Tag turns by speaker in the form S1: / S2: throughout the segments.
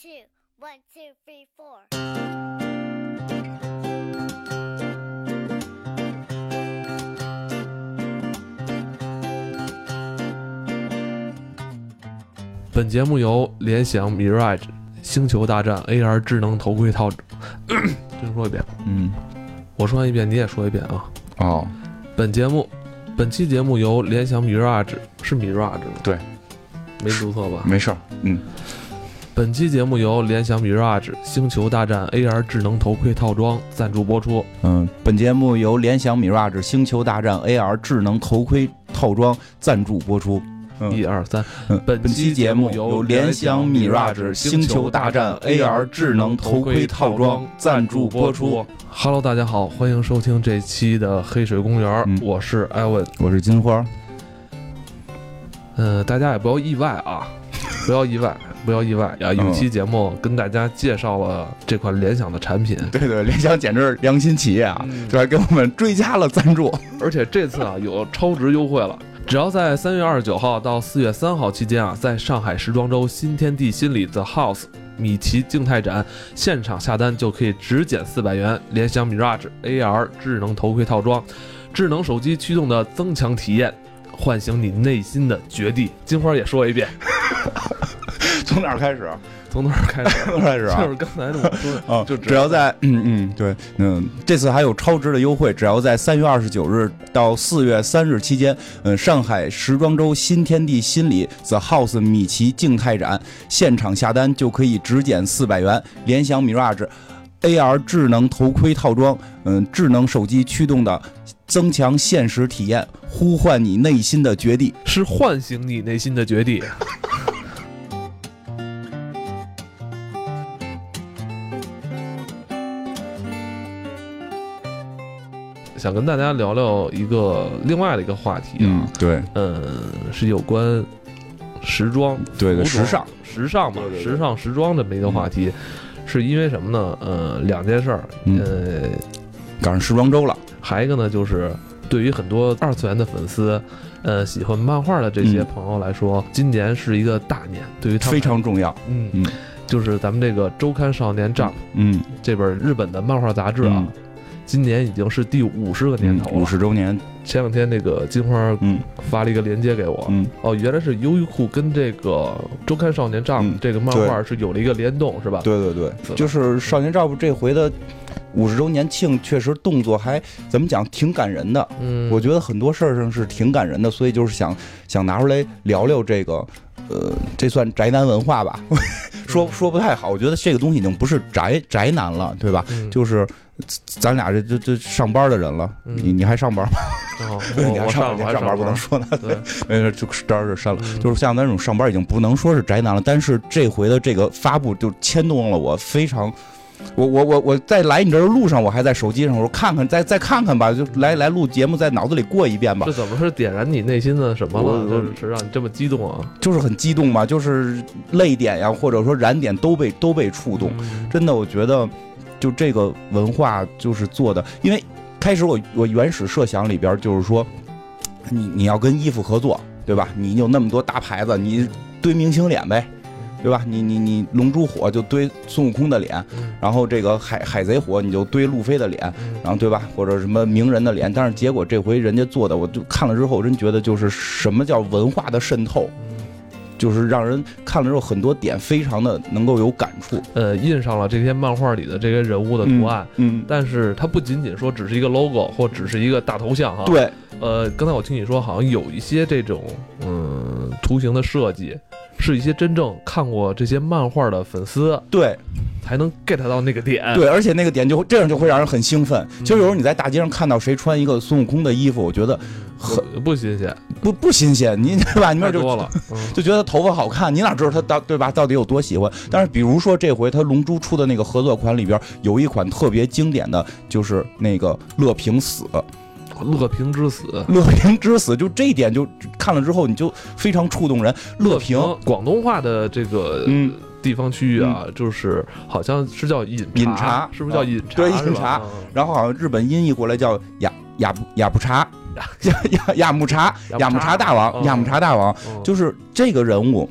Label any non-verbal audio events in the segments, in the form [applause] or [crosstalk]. S1: two, one, two, three, four.
S2: 本节目由联想 Mirage 星球大战 AR 智能头盔套， [clears throat] 再说一遍，
S3: 嗯，
S2: 我说完一遍你也说一遍啊。
S3: 哦，
S2: 本节目，本期节目由联想 Mirage 是 Mirage 吗
S3: 对，
S2: 没读错吧？
S3: 没事儿，嗯，
S2: 本期节目由联想 Mirage 星球大战 AR 智能头盔套装赞助播出。
S3: 嗯，本节目由联想 Mirage 星球大战 AR 智能头盔套装赞助播出。嗯
S2: 一二三，
S3: 嗯
S2: 本
S3: 本期节目由联想 Mirage 星球大战 AR 智能头盔套装赞助播出。。
S2: Hello，大家好，欢迎收听这期的黑水公园，
S3: 嗯
S2: 我是艾文。
S3: 我是金花，
S2: 嗯，大家也不要意外啊，
S3: [laughs]
S2: 不要意外，不要意外
S3: 嗯
S2: 啊！有一期节目跟大家介绍了这款联想的产品，
S3: 对对，联想简直是良心企业啊，
S2: 嗯
S3: 这还给我们追加了赞助。
S2: 而且这次啊有超值优惠了。只要在三月二十九号到四月三号期间啊，在上海时装周新天地新里 The House 米奇静态展现场下单，就可以直减四百元联想 Mirage AR 智能头盔套装，智能手机驱动的增强体验，唤醒你内心的绝地。金花也说一遍，
S3: [laughs] 从哪儿开始？啊
S2: 从哪儿开始？
S3: 从哪儿开始
S2: [laughs]
S3: 啊？
S2: 就是刚才我说的。
S3: 啊，
S2: 就只
S3: 只要在嗯嗯对嗯，这次还有超值的优惠，只要在三月二十九日到四月三日期间，嗯，上海时装周新天地新里 The House 米奇静态展现场下单就可以直减四百元，联想 Mirage AR 智能头盔套装，嗯，智能手机驱动的增强现实体验，呼唤你内心的绝地。
S2: 是唤醒你内心的绝地。想跟大家聊聊一个另外的一个话题啊，，
S3: 对
S2: 嗯，是有关时装、
S3: 对
S2: 服
S3: 对，
S2: 装
S3: 时尚，
S2: 时尚嘛
S3: 对，对对
S2: 时尚时装这么一个话题，是因为什么呢？呃，两件事儿，
S3: 嗯
S2: 呃，
S3: 赶上时装周了，
S2: 还有一个呢，就是对于很多二次元的粉丝，呃，喜欢漫画的这些
S3: 嗯
S2: 朋友来说，今年是一个大年，对于他们
S3: 非常重要。
S2: 嗯
S3: 嗯
S2: 就是咱们这个《周刊少年 Jump》
S3: 嗯，
S2: 这本日本的漫画杂志啊，
S3: 嗯
S2: 今年已经是第五十个年头了。啊
S3: 五十周年，
S2: 前两天那个金花
S3: 嗯
S2: 发了一个链接给我，
S3: 嗯。
S2: 哦，原来是优衣库跟这个《周刊少年 Jump、
S3: 嗯
S2: 这个漫画是有了一个联动，是吧？
S3: 对对
S2: 是吧
S3: 对，就是少年 Jump 这回的五十周年庆，确实动作还怎么讲，挺感人的。
S2: 嗯，
S3: 我觉得很多事儿上是挺感人的，所以就是想想拿出来聊聊这个，呃，这算宅男文化吧？说说不太好，我觉得这个东西已经不是宅宅男了，对吧？
S2: 嗯
S3: 就是咱俩这这这上班的人了，
S2: 嗯
S3: 你你还上班吗？
S2: 哦
S3: [laughs] 你
S2: 我
S3: 还
S2: 我
S3: 上
S2: 我
S3: 你
S2: 还
S3: 还上班不能
S2: 班，
S3: 说呢，
S2: 对，
S3: 没事，就当然是删了。
S2: 嗯
S3: 就是像咱这种上班已经不能说是宅男了，但是这回的这个发布就牵动了我非常。我我我我在来你这儿的路上，我还在手机上，我说看看再再看看吧，就来来录节目，在脑子里过一遍吧
S2: 这，怎么是点燃你内心的什么
S3: 我
S2: 了？
S3: 我
S2: 这是让你这么激动啊？
S3: 就是很激动嘛，就是泪点呀，或者说燃点都被都被触动。
S2: 嗯
S3: 真的，我觉得就这个文化就是做的，因为开始我我原始设想里边就是说，你你要跟衣服合作，对吧？你有那么多大牌子，你堆明星脸呗，对吧？你你你龙珠火就堆孙悟空的脸，
S2: 嗯
S3: 然后这个海海贼火你就堆路飞的脸，
S2: 嗯
S3: 然后对吧？或者什么名人的脸，但是结果这回人家做的，我就看了之后，我真觉得就是什么叫文化的渗透，
S2: 嗯
S3: 就是让人看了之后很多点非常的能够有感触。
S2: 呃，印上了这些漫画里的这些人物的图案，
S3: 嗯，
S2: 但是它不仅仅说只是一个 logo 或只是一个大头像哈。，
S3: 对，
S2: 呃，刚才我听你说，好像有一些这种嗯图形的设计，是一些真正看过这些漫画的粉丝
S3: 对
S2: 才能 get 到那个点。
S3: 对，而且那个点就这样就会让人很兴奋。
S2: 嗯
S3: 其实有时候你在大街上看到谁穿一个孙悟空的衣服，我觉得很
S2: 呃不，不新鲜，
S3: 不不新鲜，你 [laughs] 对吧？
S2: 嗯
S3: 你
S2: 太
S3: 们就
S2: 多了。嗯
S3: 就觉得头发好看，你哪知道他到对吧？到底有多喜欢？但是比如说这回他龙珠出的那个合作款里边有一款特别经典的，就是那个乐
S2: [laughs]
S3: 平死，
S2: 乐平之死，
S3: [laughs] 乐平之死，就这一点就看了之后你就非常触动人。乐平，
S2: 广东话的这个
S3: 嗯，
S2: 地方区域啊，就是好像是叫饮
S3: 饮茶
S2: 是不是叫饮茶？
S3: 对
S2: 是吧
S3: 饮茶，
S2: 嗯
S3: 然后好像日本音译过来叫雅雅布雅布茶，雅 [laughs] 雅雅木茶，
S2: 雅
S3: 雅
S2: 木
S3: 木
S2: 茶
S3: 茶大王，
S2: 嗯
S3: [laughs] 雅木茶大王，
S2: 嗯
S3: 就是这个人物。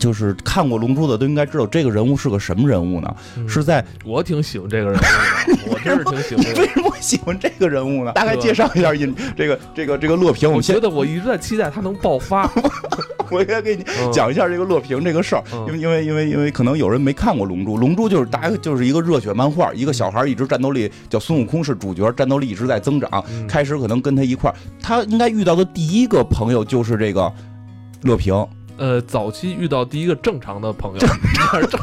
S3: 就是看过《龙珠》的都应该知道，这个人物是个什么人物呢？
S2: 嗯
S3: 是在
S2: 我挺喜欢这个人物
S3: [laughs]
S2: 的，我真是挺喜欢这个
S3: 为
S2: 人。
S3: 什么喜欢这个人物呢？大概介绍一下印这个这个这个乐平。我
S2: 我
S3: 们先
S2: 觉得我一直在期待他能爆发。
S3: 我先给你
S2: 嗯
S3: [laughs] 讲一下这个乐平这个事儿，
S2: 嗯
S3: 因为因为因为因为可能有人没看过《龙珠》，《龙珠》就是大家就是一个热血漫画，一个小孩一直战斗力叫孙悟空是主角，战斗力一直在增长。
S2: 嗯
S3: 开始可能跟他一块儿，他应该遇到的第一个朋友就是这个乐平，
S2: 呃，早期遇到第一个正常的朋友， [laughs] 正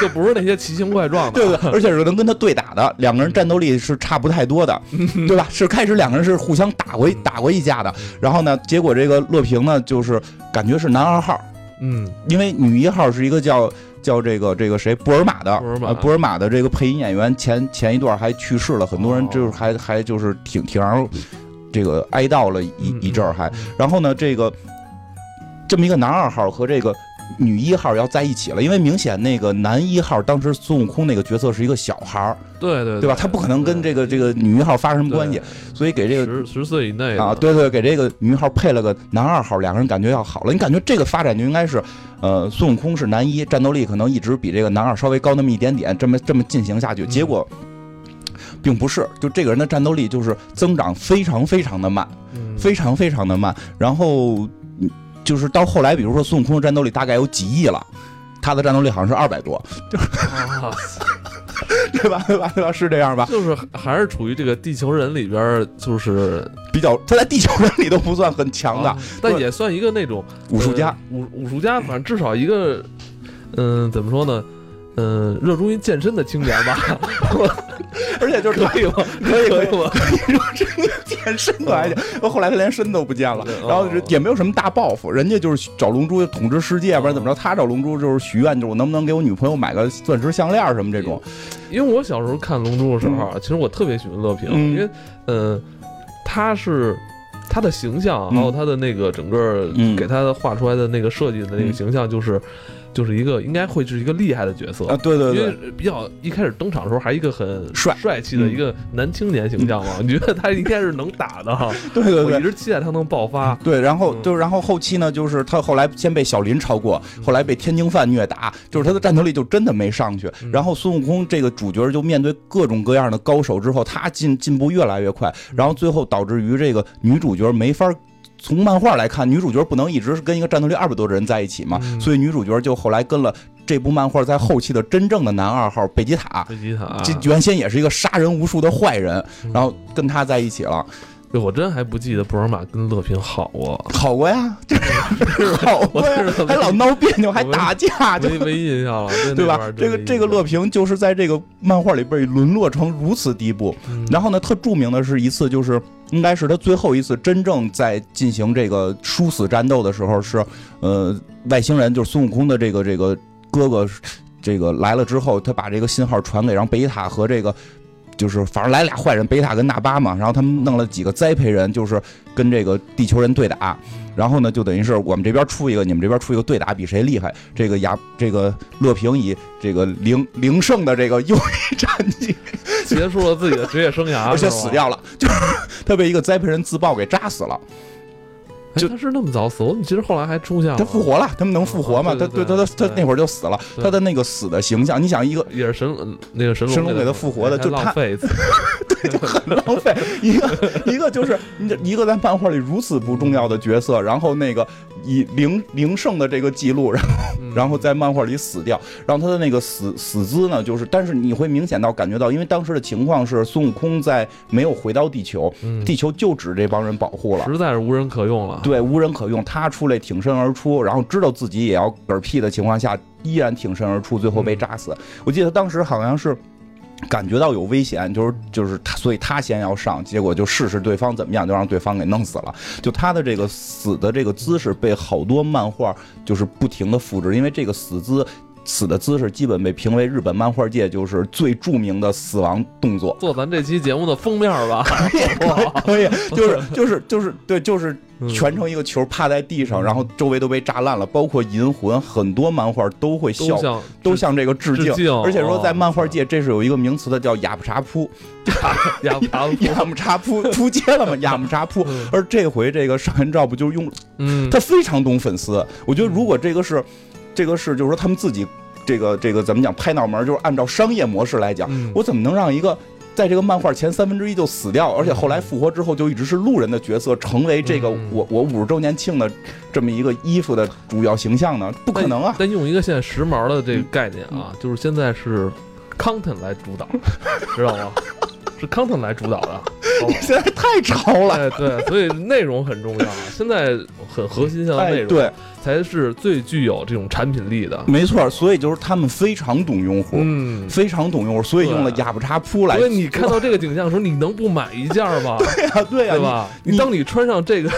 S2: 就不是那些奇形怪状的。啊
S3: [laughs]
S2: [laughs]
S3: 对不对？而且是能跟他对打的，两个人战斗力是差不太多的，
S2: 嗯
S3: 对吧？是开始两个人是互相打过一打过一架的，然后呢，结果这个乐平呢，就是感觉是男二号，
S2: 嗯，
S3: 因为女一号是一个叫叫这个这个谁布尔玛的，
S2: 布尔玛
S3: 呃布尔玛的这个配音演员前前一段还去世了，很多人
S2: 哦
S3: 就是还、还就是挺挺让人这个哀悼了一、
S2: 嗯
S3: 一阵儿还
S2: 嗯，
S3: 然后呢这个这么一个男二号和这个。女一号要在一起了，因为明显那个男一号当时孙悟空那个角色是一个小孩儿，
S2: 对对
S3: 对吧？他不可能跟
S2: 对
S3: 这个这个女一号发生什么关系，所以给这个
S2: 十十岁以内的
S3: 啊，，对对，给这个女号配了个男二号，两个人感觉要好了。你感觉这个发展就应该是，呃，孙悟空是男一，战斗力可能一直比这个男二稍微高那么一点点，这么这么进行下去，结果。并不是，就这个人的战斗力就是增长非常非常的慢，
S2: 嗯
S3: 非常非常的慢。然后嗯就是到后来，比如说孙悟空的战斗力大概有几亿了，他的战斗力好像是二百多， [laughs]
S2: 啊
S3: 对吧？对吧？对吧？是这样吧？
S2: [laughs] 就是还是处于这个地球人里边儿，就是
S3: 比较他在地球人里都不算很强的
S2: 啊但也算一个那种
S3: 武术家
S2: 呃，武武术家，反正至少一个，嗯，怎么说呢？嗯，热衷于健身的青年
S3: [laughs]
S2: 吧，
S3: 而且就是
S2: 可以吗？
S3: 可以
S2: 可
S3: 可以
S2: 以
S3: [laughs]
S2: 吗？
S3: 你说这个健身可还行，后来他连身都不见了
S2: 对，哦
S3: 然后也没有什么大抱负，人家就是找龙珠统治世界，要不然怎么着？他找龙珠就是许愿，就是我能不能给我女朋友买个钻石项链什么这种。
S2: 因为我小时候看《龙珠》的时候啊，其实我特别喜欢乐平，
S3: 嗯
S2: 因为嗯，他是他的形象，啊
S3: 嗯
S2: 还有他的那个整个
S3: 嗯
S2: 给他画出来的那个设计的那个
S3: 嗯
S2: 形象，就是就是一个应该会是一个厉害的角色
S3: 啊，。对对
S2: 哦因
S3: 对，
S2: 为比较一开始登场的时候还一个很
S3: 帅
S2: 帅气的
S3: 嗯
S2: 一个男青年形象
S3: [laughs]
S2: 嘛，我觉得他应该是能打的哈。
S3: 对对
S2: 我一
S3: 对。
S2: 直期待他能爆发。
S3: 对，然后
S2: 嗯
S3: 就然后后期呢，就是他后来先被小林超过，后来被天津饭虐打，就是他的战斗力就真的没上去。
S2: 嗯
S3: 然后孙悟空这个主角就面对各种各样的高手之后，他进进步越来越快，
S2: 嗯
S3: 然后最后导致于这个女主角没法。从漫画来看，女主角不能一直是跟一个战斗力二百多的人在一起嘛，
S2: 嗯
S3: 所以女主角就后来跟了这部漫画在后期的真正的男二号贝吉塔，
S2: 贝吉塔，
S3: 这原先也是一个杀人无数的坏人，
S2: 啊嗯
S3: 然后跟他在一起了，
S2: 对我真还不记得布尔玛跟乐平好啊，
S3: 好过呀， [laughs] 就是好过呀
S2: 我知道，
S3: 啊还老闹别扭，还
S2: 我
S3: 打架，就
S2: 没没印象了，那
S3: [laughs]
S2: 那
S3: 对
S2: 玩意
S3: 吧
S2: 儿？真
S3: 这个
S2: 没
S3: 这个
S2: 印象
S3: 乐平就是在这个漫画里被沦落成如此地步。
S2: 嗯
S3: 然后呢，特著名的是一次，就是嗯应该是他最后一次真正在进行这个殊死战斗的时候是，呃，外星人就是孙悟空的这个这个哥哥，呃这个来了之后，他把这个信号传给，然后贝塔和这个。就是，反正来俩坏人，贝塔跟纳巴嘛，然后他们弄了几个栽培人，就是跟这个地球人对打，然后呢，就等于是我们这边出一个，你们这边出一个对打，比谁厉害。这个亚这个乐平以这个零零胜的这个优异战绩
S2: 结束了自己的职业
S3: [laughs]
S2: 生涯，
S3: 而且
S2: 是吧
S3: 死。掉了，就是他被一个栽培人自爆给炸死了。
S2: 哦哎
S3: 就
S2: 他是那么早死，我怎么记得后来还出现了？
S3: 他复活了，他们能复活吗？
S2: 啊
S3: 他
S2: 对对
S3: 对他
S2: 对
S3: 他他
S2: 对
S3: 那会儿就死了，
S2: 对
S3: 他的那个死的形象，你想一个
S2: 也是神那个神龙
S3: 神龙
S2: 那个
S3: 给他复活的
S2: 还
S3: 就他
S2: 浪费一次。
S3: 浪费，一个一个就是你这一个在漫画里如此不重要的角色，然后那个以零零胜的这个记录，然后
S2: 嗯
S3: [laughs] 然后在漫画里死掉，然后他的那个死死姿呢，就是但是你会明显到感觉到，因为当时的情况是孙悟空在没有回到地球，
S2: 嗯
S3: 地球就指这帮人保护了。
S2: 实在是无人可用了。
S3: 对，无人可用，他出来挺身而出，然后知道自己也要嗝屁的情况下，依然挺身而出，最后被炸死。我记得当时好像是。感觉到有危险，就是就是他，所以他先要上，结果就试试对方怎么样，就让对方给弄死了。就他的这个死的这个姿势被好多漫画就是不停的复制，因为这个死姿死的姿势基本被评为日本漫画界就是最著名的死亡动作。 [laughs]
S2: 做咱这期节目的封面吧，哇
S3: 可以，就是就是就是对，就是
S2: 嗯
S3: [laughs] 全程一个球趴在地上，然后周围都被炸烂了，包括《银魂》，很多漫画都会
S2: 都
S3: 笑，
S2: 像
S3: 都向这个致
S2: 致敬
S3: 而且说在
S2: 哦
S3: 漫画界，这是有一个名词的，叫“雅不
S2: [laughs]
S3: 查扑 [laughs]
S2: 亚亚”，
S3: 雅不
S2: [laughs]
S3: 查扑扑街了嘛，雅不查扑。而这回这个上元照不就是用 [laughs]
S2: 嗯，
S3: 他非常懂粉丝，我觉得如果这个是。这个是就是说他们自己这个这个怎么讲拍脑门儿，就是按照商业模式来讲，
S2: 嗯
S3: 我怎么能让一个在这个漫画前三分之一就死掉，而且后来复活之后就一直是路人的角色，成为这个
S2: 嗯
S3: 我我五十周年庆的这么一个衣服的主要形象呢？不可能啊！
S2: 但用一个现在时髦的这个概念
S3: 嗯
S2: 啊，就是现在是 content 来主导，知道吗？是 content 来主导的。
S3: [laughs]
S2: 哦
S3: 现在太潮了，
S2: 哎，对，所以内容很重要啊。现在很核心向的内
S3: 哎，
S2: 容，
S3: 对，
S2: 才是最具有这种产品力的。
S3: 没错，所以就是他们非常懂用户，
S2: 嗯，
S3: 非常懂用户，所以用了
S2: 对
S3: 哑巴叉铺来
S2: 所以你看到这个景象的时候，你能不买一件吗？
S3: 对呀，对啊呀，
S2: 对吧？
S3: 你
S2: 你当你穿上
S3: [laughs]
S2: 这个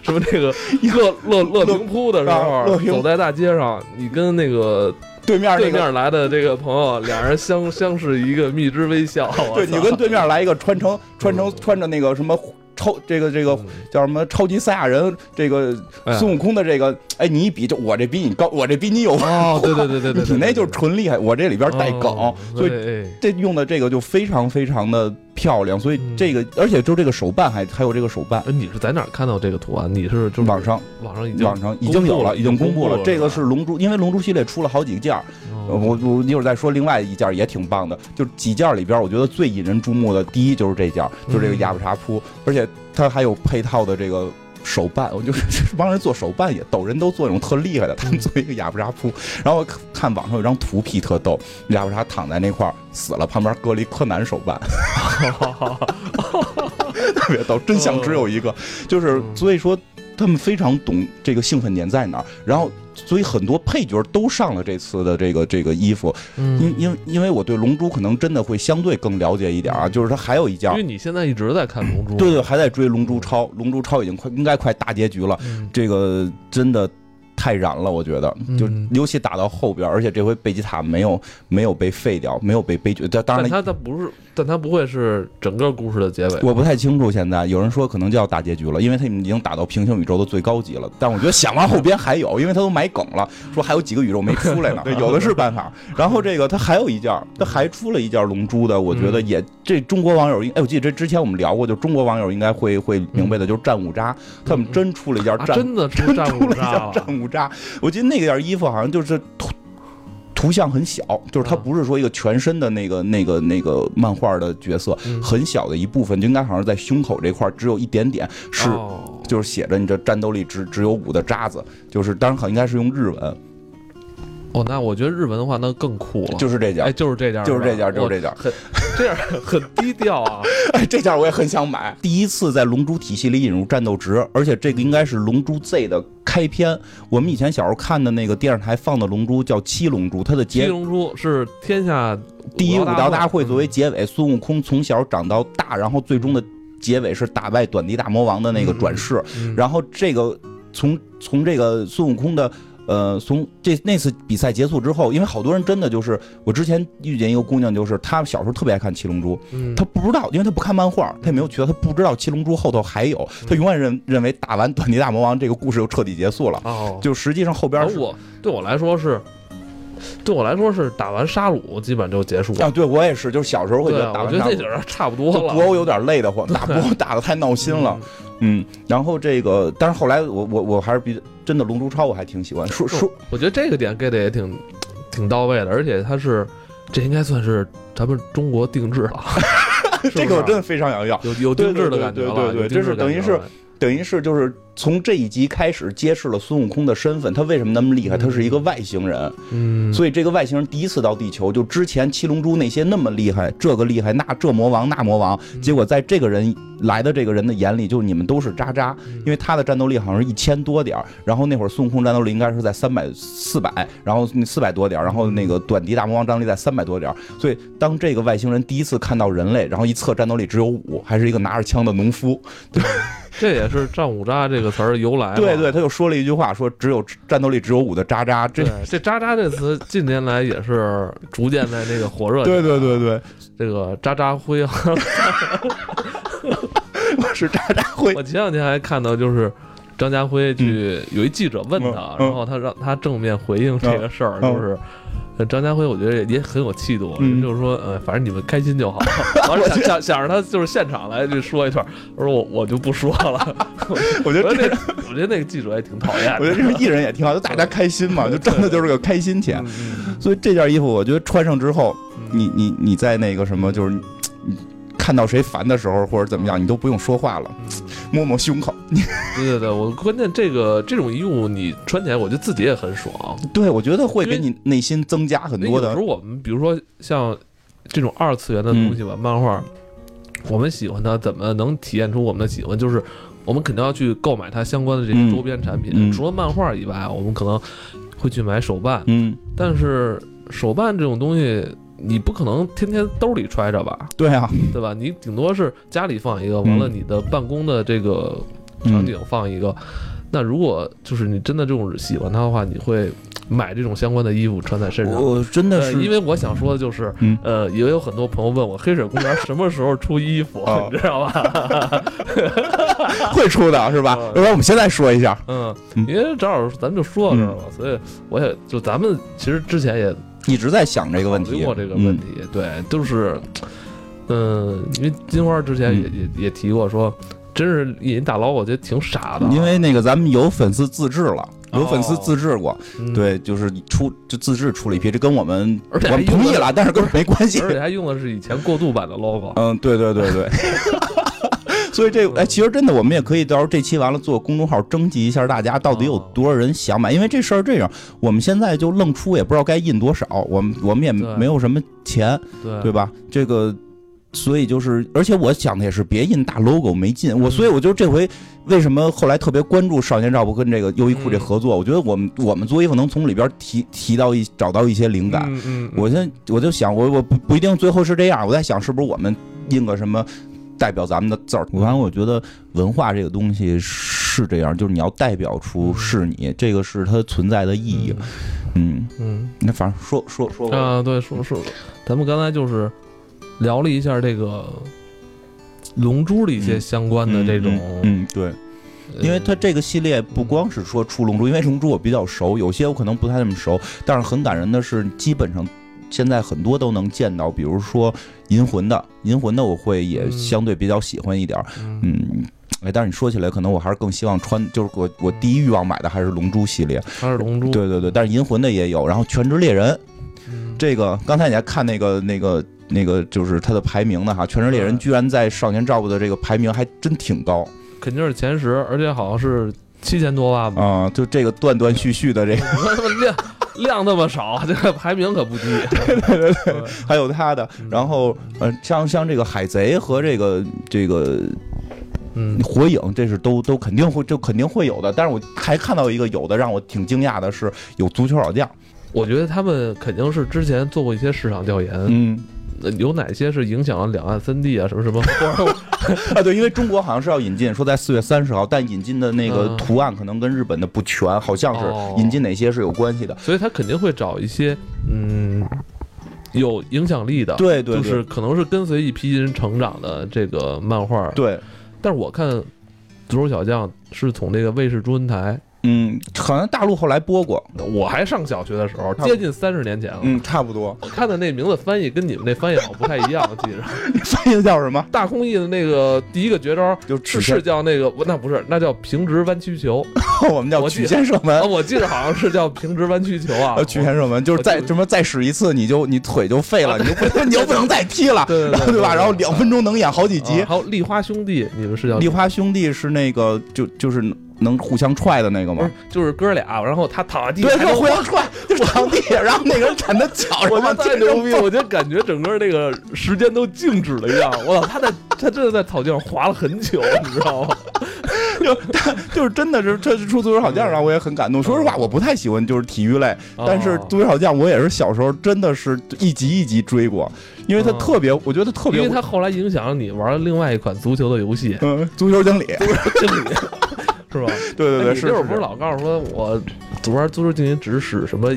S2: 什么这个乐乐乐平铺的时
S3: 啊乐
S2: 候，
S3: 平
S2: 走在大街上，你跟那个
S3: 你对面
S2: 对
S3: 那个，
S2: 面来的这个朋友，俩人相相视一个蜜汁微笑。我
S3: [laughs] 对
S2: 操
S3: 你跟对面来一个穿成穿成
S2: 嗯
S3: 穿着那个什么超这个这个
S2: 嗯
S3: 叫什么超级赛亚人，这个
S2: 哎
S3: 孙悟空的这个，哎，你一比就我这比你高，我这比你有，
S2: 哦，对对对对对，对
S3: 你那就是纯厉害，我这里边带梗
S2: 哦，
S3: 所以
S2: 对哎
S3: 这用的这个就非常非常的漂亮，所以
S2: 嗯
S3: 这个而且就这个手办还还有这个手办，
S2: 哎你是在哪儿看到这个图案？你是就是
S3: 网上
S2: 网上已经
S3: 网上已经有了，已经公布了，这个是龙珠，因为龙珠系列出了好几件儿，
S2: 哦
S3: 呃我我一会儿再说另外一件儿也挺棒的，就几件儿里边儿，我觉得最引人注目的第一就是这件儿，就是这个
S2: 嗯
S3: 哑巴茶铺，而且它还有配套的这个。手办，我就是 [laughs] 这帮人做手办也逗，人都做那种特厉害的，他们做一个哑巴茶铺。然后我看看网上有张图片特逗，哑巴茶躺在那块儿死了，旁边搁了一柯南手办， [laughs] 特别逗，真相只有一个。就是
S2: 嗯
S3: 所以说，他们非常懂这个兴奋点在哪儿。然后，所以很多配角都上了这次的这个这个衣服，
S2: 嗯
S3: 因因因为我对龙珠可能真的会相对更了解一点啊，就是它还有一件
S2: 因，为你现在一直在看龙珠，
S3: 对对，还在追龙珠超，龙珠超已经快应该快大结局了，
S2: 嗯，
S3: 这个真的太燃了，我觉得，就
S2: 嗯
S3: 尤其打到后边，而且这回贝吉塔没有没有被废掉，没有被悲剧，但当
S2: 但
S3: 然了。
S2: 它它不是，但它不会是整个故事的结尾。
S3: 我不太清楚，现在有人说可能就要大结局了，因为他们已经打到平行宇宙的最高级了。但我觉得想往后边还有，因为他都埋梗了，说还有几个宇宙没出来呢， [laughs] 对有的是办法。然后这个他还有一件儿，他还出了一件龙珠的，我觉得也这中国网友应，哎，我记得这之前我们聊过，就中国网友应该会会明白的，就是战五渣，他们真出了一件
S2: 啊，
S3: 战
S2: 真的出
S3: 嗯真啊
S2: 战
S3: 出
S2: 五
S3: 了一
S2: 渣
S3: 件
S2: 了，
S3: 战五渣。我记得那件衣服好像就是图图像很小，就是它
S2: 啊
S3: 不是说一个全身的那个那个那个漫画的角色，
S2: 嗯
S3: 很小的一部分，就应该好像在胸口这块儿只有一点点是。
S2: 哦
S3: 就是写着你这战斗力只只有五的渣子，就是当然好像应该是用日文，
S2: 哦，那我觉得日文的话那更酷了，
S3: 就是这件
S2: 哎，
S3: 儿，
S2: 就是这件儿吧，
S3: 就是这件儿，就是
S2: 我
S3: 这件儿。
S2: 很这样很低调
S3: [laughs]
S2: 啊，
S3: 哎，这件儿我也很想买。第一次在龙珠体系里引入战斗值，而且这个应该是龙珠 Z 的开篇。我们以前小时候看的那个电视台放的龙珠叫《七龙珠》，它的
S2: 七
S3: 结
S2: 龙珠是天下
S3: 第一武道大会作为
S2: 嗯
S3: 结尾，孙悟空从小长到大，然后最终的结尾是打败短笛大魔王的那个转世。
S2: 嗯
S3: 然后这个从从这个孙悟空的。呃，从这那次比赛结束之后，因为好多人真的就是我之前遇见一个姑娘，就是她小时候特别爱看《七龙珠》，
S2: 嗯
S3: 她不知道，因为她不看漫画，她也没有渠道，她不知道《七龙珠》后头还有，她永远认认为打完短笛大魔王这个故事就彻底结束了，
S2: 哦，
S3: 就实际上后边
S2: 而
S3: 是
S2: 我对我来说是，对我来说是打完沙鲁基本就结束了。
S3: 啊，对我也是，就是小时候会觉
S2: 对
S3: 得
S2: 啊，
S3: 打
S2: 我
S3: 完
S2: 觉得
S3: 大
S2: 这
S3: 魔
S2: 点儿差不多
S3: 就
S2: 了。
S3: 博欧有点累
S2: [laughs]
S3: 得慌，打博欧打的太闹心了，嗯，然后这个，但是后来我我我还是比真的龙珠超我还挺喜欢，说说
S2: 我觉得这个点给的也挺挺到位的，而且它是这应该算是咱们中国定制
S3: [laughs]
S2: 了，是不是
S3: 这个我真的非常想要，
S2: 有有定制的
S3: 对对
S2: 感觉了，
S3: 对对对
S2: 有定制的感觉
S3: 这是等于是
S2: 了
S3: 等于是就是从这一集开始揭示了孙悟空的身份，他为什么那么厉害？
S2: 嗯
S3: 他是一个外星人，
S2: 嗯，
S3: 所以这个外星人第一次到地球，就之前七龙珠那些那么厉害，这个厉害，那这魔王那魔王，
S2: 嗯
S3: 结果在这个人来的这个人的眼里，就是你们都是渣渣，
S2: 嗯
S3: 因为他的战斗力好像是一千多点儿，然后那会儿孙悟空战斗力应该是在三百四百，然后那四百多点儿，然后那个短笛大魔王战斗力在三百多点儿，所以当这个外星人第一次看到人类，然后一测战斗力只有五，还是一个拿着枪的农夫，
S2: 这也是“战五渣”这个词儿的由来嘛。
S3: 对对，他又说了一句话，说只有战斗力只有五的渣渣，这
S2: 对。这“渣渣”这词近年来也是逐渐在那个火热。
S3: [laughs] 对对对对，
S2: 这个渣渣辉啊，
S3: 我是渣 [laughs] 渣会
S2: 我前两天还看到就是。张家辉去有一记者问他，
S3: 嗯嗯
S2: 然后他让他正面回应这个事儿，
S3: 嗯
S2: 就是呃张家辉我觉得也也很有气度，
S3: 嗯
S2: 就是说，呃，反正你们开心
S3: [laughs]
S2: 就好。完了想想想着他就是现场来这说一段，我说我我就不说了。
S3: [laughs] 我觉
S2: 我觉
S3: 得这
S2: 得，那我觉得那个记者也挺讨厌
S3: 我觉
S2: 的。嗯
S3: 得这艺人也挺好，就大家开心嘛，就挣的就是个开心钱。
S2: 嗯
S3: 所以这件衣服，我觉得穿上之后，
S2: 嗯
S3: 你你你在那个什么，就是你你看到谁烦的时候或者怎么样，你都不用说话了，摸摸胸口。
S2: 对对对，我关键这个这种衣物你穿起来，我觉得自己也很爽。
S3: 对，我觉得会
S2: 因为
S3: 给你内心增加很
S2: 那
S3: 多
S2: 有时
S3: 的
S2: 候，我们比如说像这种二次元的东西
S3: 嗯
S2: 吧，漫画，我们喜欢它，怎么能体现出我们的喜欢？就是我们肯定要去购买它相关的这些
S3: 嗯
S2: 周边产品。
S3: 嗯
S2: 除了漫画以外，我们可能会去买手办，
S3: 嗯，
S2: 但是手办这种东西。你不可能天天兜里揣着吧，
S3: 对啊，
S2: 对吧？你顶多是家里放一个，完了
S3: 嗯
S2: 你的办公的这个场景放一个。那如果就是你真的这种喜欢它的话，你会买这种相关的衣服穿在身上。
S3: 我真的
S2: 呃，
S3: 是
S2: 因为我想说的就是，
S3: 嗯
S2: 呃，也有很多朋友问我黑水公园什么时候出衣服，
S3: 哦
S2: [laughs] 你知道吧？
S3: 会出的是吧
S2: 嗯？
S3: 要不然我们现在说一下，
S2: 嗯，
S3: 嗯
S2: 因为正好咱们就说到这儿嘛，所以我也就咱们其实之前也
S3: 一直在想这个问
S2: 考虑
S3: 题嗯
S2: 过，这个问题，对，就是，嗯，因为金花之前也、
S3: 嗯
S2: 也也提过说，真是一人大佬，我觉得挺傻的啊，
S3: 因为那个咱们有粉丝自制了，有
S2: 哦
S3: 粉丝自制过，
S2: 嗯，
S3: 对，就是出就自制出了一批，这跟我们
S2: 而且
S3: 我
S2: 还
S3: 们
S2: 用
S3: 同意
S2: 的
S3: 了，但是跟我没关系。
S2: 而且还用的是以前过渡版的 logo，
S3: 嗯，对对对
S2: [laughs]
S3: 对。所以这哎，其实真的，我们也可以到时候这期完了做公众号征集一下，大家到底有多少人想买？因为这事儿这样，我们现在就愣出，也不知道该印多少，我们我们也
S2: 对
S3: 没有什么钱，
S2: 对
S3: 对吧？这个，所以就是，而且我想的也是，别印大 logo 没劲。
S2: 嗯
S3: 我所以我就这回为什么后来特别关注少年照不跟这个优衣
S2: 嗯
S3: 库这合作？我觉得我们我们做衣服能从里边提提到一找到一些灵感。
S2: 嗯嗯，
S3: 我现在我就想，我我不不一定最后是这样，我在想是不是我们印个什么代表咱们的字儿。我反正我觉得文化这个东西是这样，就是你要代表
S2: 嗯
S3: 出是你，这个是它存在的意义。嗯，
S2: 嗯，
S3: 那反正说说说
S2: 嗯啊，对，说说，咱们刚才就是聊了一下这个《龙珠》的一些相关的这种，
S3: 嗯，嗯对，
S2: 呃
S3: 因为它这个系列不光是说出龙珠，因为龙珠我比较熟，有些我可能不太那么熟，但是很感人的是，基本上现在很多都能见到，比如说银魂的，银魂的我会也
S2: 嗯
S3: 相对比较喜欢一点儿，
S2: 嗯
S3: 嗯，哎，但是你说起来，可能我还是更希望穿，就是我我第一欲望买的还是《龙珠》系列，
S2: 它是《龙珠》
S3: 对对对，但是《银魂》的也有，然后《全职猎人》
S2: 嗯，
S3: 这个，刚才你还看那个那个那个，就是它的排名呢哈，《全职猎
S2: 嗯》
S3: 人居然在少年照顾的这个排名还真挺高
S2: 肯定是前十，而且好像是七千多万吧，
S3: 啊、就这个断断续续的这个，
S2: [laughs] 量量那么少，这个排名可不低。 [laughs] 对对对对，
S3: 还有它的，
S2: 嗯
S3: 然后呃，像像这个海贼和这个这个
S2: 嗯，
S3: 火影，这是都都肯定会这肯定会有的，但是我还看到一个有的让我挺惊讶的是有足球老将，
S2: 我觉得他们肯定是之前做过一些市场调研，
S3: 嗯。
S2: 呃有哪些是影响了两岸三地啊，什么什么，或者
S3: 啊，对，因为中国好像是要引进，说在四月三十号，但引进的那个
S2: 嗯
S3: 图案可能跟日本的不全，好像
S2: 哦
S3: 是引进哪些是有关系的。
S2: 所以他肯定会找一些嗯有影响力的，
S3: 对对对，
S2: 就是可能是跟随一批人成长的这个漫画。，
S3: 对，
S2: 但是我看《足球小将》是从这个卫视中文台，
S3: 嗯，好像大陆后来播过，
S2: 我还上小学的时候，
S3: 差不多
S2: 接近三十年前了。
S3: 嗯，差不多。 [laughs]
S2: 我看的那名字翻译跟你们那翻译好像不太一样，我记着
S3: 翻译的叫什么？
S2: 大空翼的那个第一个绝招
S3: 就是曲
S2: 是
S3: 线，
S2: 叫那个那不是那叫平直弯曲
S3: [laughs]
S2: 球
S3: 我们叫
S2: 我记
S3: 曲
S2: 得
S3: 线射
S2: 啊，
S3: 门。
S2: 我记得好像是叫平直弯曲球啊
S3: 呃，，曲线射门就是再
S2: 我就
S3: 什么再使一次，你就你腿就废了，你就不你就不能再踢了， [laughs]
S2: 对对对
S3: 然后
S2: 对
S3: 吧？
S2: 对
S3: 然后两分钟能演好几
S2: 啊
S3: 集。
S2: 还有丽花兄弟，你们是叫
S3: 丽花兄弟是那个就就是能互相踹的那个
S2: 不
S3: 吗
S2: 是？就是哥俩，然后他躺在地
S3: 对，
S2: 上还
S3: 就
S2: 能
S3: 互相踹，就躺地下，然后那个人铲他脚
S2: 我觉得
S3: 上往
S2: 太
S3: 天上
S2: 牛逼！
S3: 蹦。
S2: 我觉得感觉整个那个时间都静止了一样。我操，他在他真的在草地上滑了很久，你知道吗？
S3: 就他就是真的是，这是出足球小
S2: 嗯
S3: 将，让我也很感动。说实话，我不太喜欢就是体育类，
S2: 哦
S3: 但
S2: 啊
S3: 是足球小将我也是小时候真的是一集一集追过，因为他
S2: 哦
S3: 特别，我觉得特
S2: 因为
S3: 别。，
S2: 他后来影响了你玩了另外一款足球的游戏
S3: 嗯，足球经理，对
S2: 这里面是吧？
S3: 对
S2: 哎你
S3: 对，是
S2: 那会儿
S3: 是
S2: 不是
S3: 是。
S2: 老告诉说我玩足球进行只使什么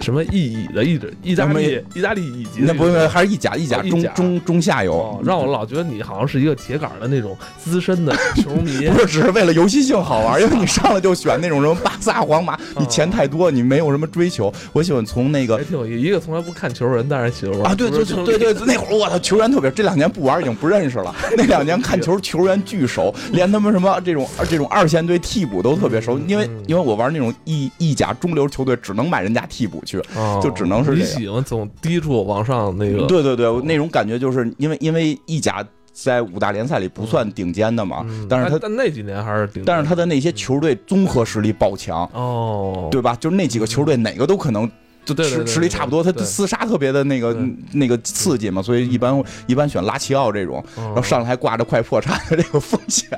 S2: 什么意乙的意大意大
S3: 那么
S2: 利意大利乙级的
S3: 那不
S2: 种
S3: 是还是意甲，意甲
S2: 哦意
S3: 中
S2: 甲
S3: 中中下游嗯
S2: 哦，，让我老觉得你好像是一个铁杆的那种资深的球
S3: [laughs]
S2: 迷
S3: 不。是只是为了游戏性好玩，因为你上来就选那种什么巴萨、皇马，
S2: 哦
S3: 你钱太多，你没有什么追求。我喜欢从那个
S2: 还挺有意思，一个从来不看球人，但是喜欢玩
S3: 啊，对
S2: 足球经
S3: 对对
S2: 理
S3: 对对，对那会儿我操，球员特别，这两年不玩已经不
S2: [laughs]
S3: 认识了。那两年看球，球员巨熟，连他妈什么这种这种二线队替补都特别熟，
S2: 嗯
S3: 因为因为我玩那种意意甲中流球队，只能买人家替补去。
S2: 哦
S3: 就只能是这
S2: 你
S3: 样
S2: 喜欢从低处往上那个，
S3: 对对对，那种感觉就是因为因为意甲在五大联赛里不算顶尖的嘛，
S2: 嗯，
S3: 啊但是他
S2: 但那几年还是顶，
S3: 但是他的那些球队综合实力爆强，
S2: 哦，
S3: 对吧？就是那几个球队哪个都可能。就
S2: 对对
S3: 实
S2: 对
S3: 实力差不多，他
S2: 对
S3: 厮杀特别的那个
S2: 对
S3: 那个刺激嘛，所以一般一般选拉齐奥这种，
S2: 嗯，
S3: 然
S2: 然
S3: 后上来还挂着快破产的这个风
S2: [laughs]
S3: 险，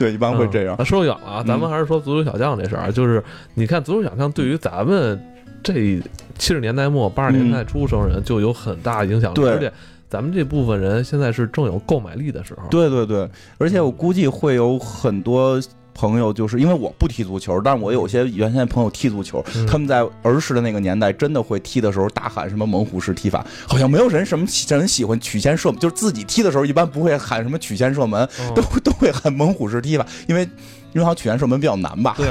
S3: 对，一般会这样。嗯
S2: 啊，说远了啊，咱们还是说足球小将这事儿啊，就是你看足球小将对于咱们这七十年代末八十年代初生人就有很大影响，
S3: 嗯对
S2: 而且咱们这部分人现在是正有购买力的时候，
S3: 对对对，而且我估计会有很多朋友，就是因为我不踢足球，但我有些原先朋友踢足球，
S2: 嗯
S3: 他们在儿时的那个年代，真的会踢的时候大喊什么“猛虎式踢法”，好像没有人什么喜人喜欢曲线射门，就是自己踢的时候一般不会喊什么曲线射门，
S2: 嗯
S3: 都都会喊“猛虎式踢法”，因为因为好像曲线射门比较难吧。 [laughs]
S2: 对，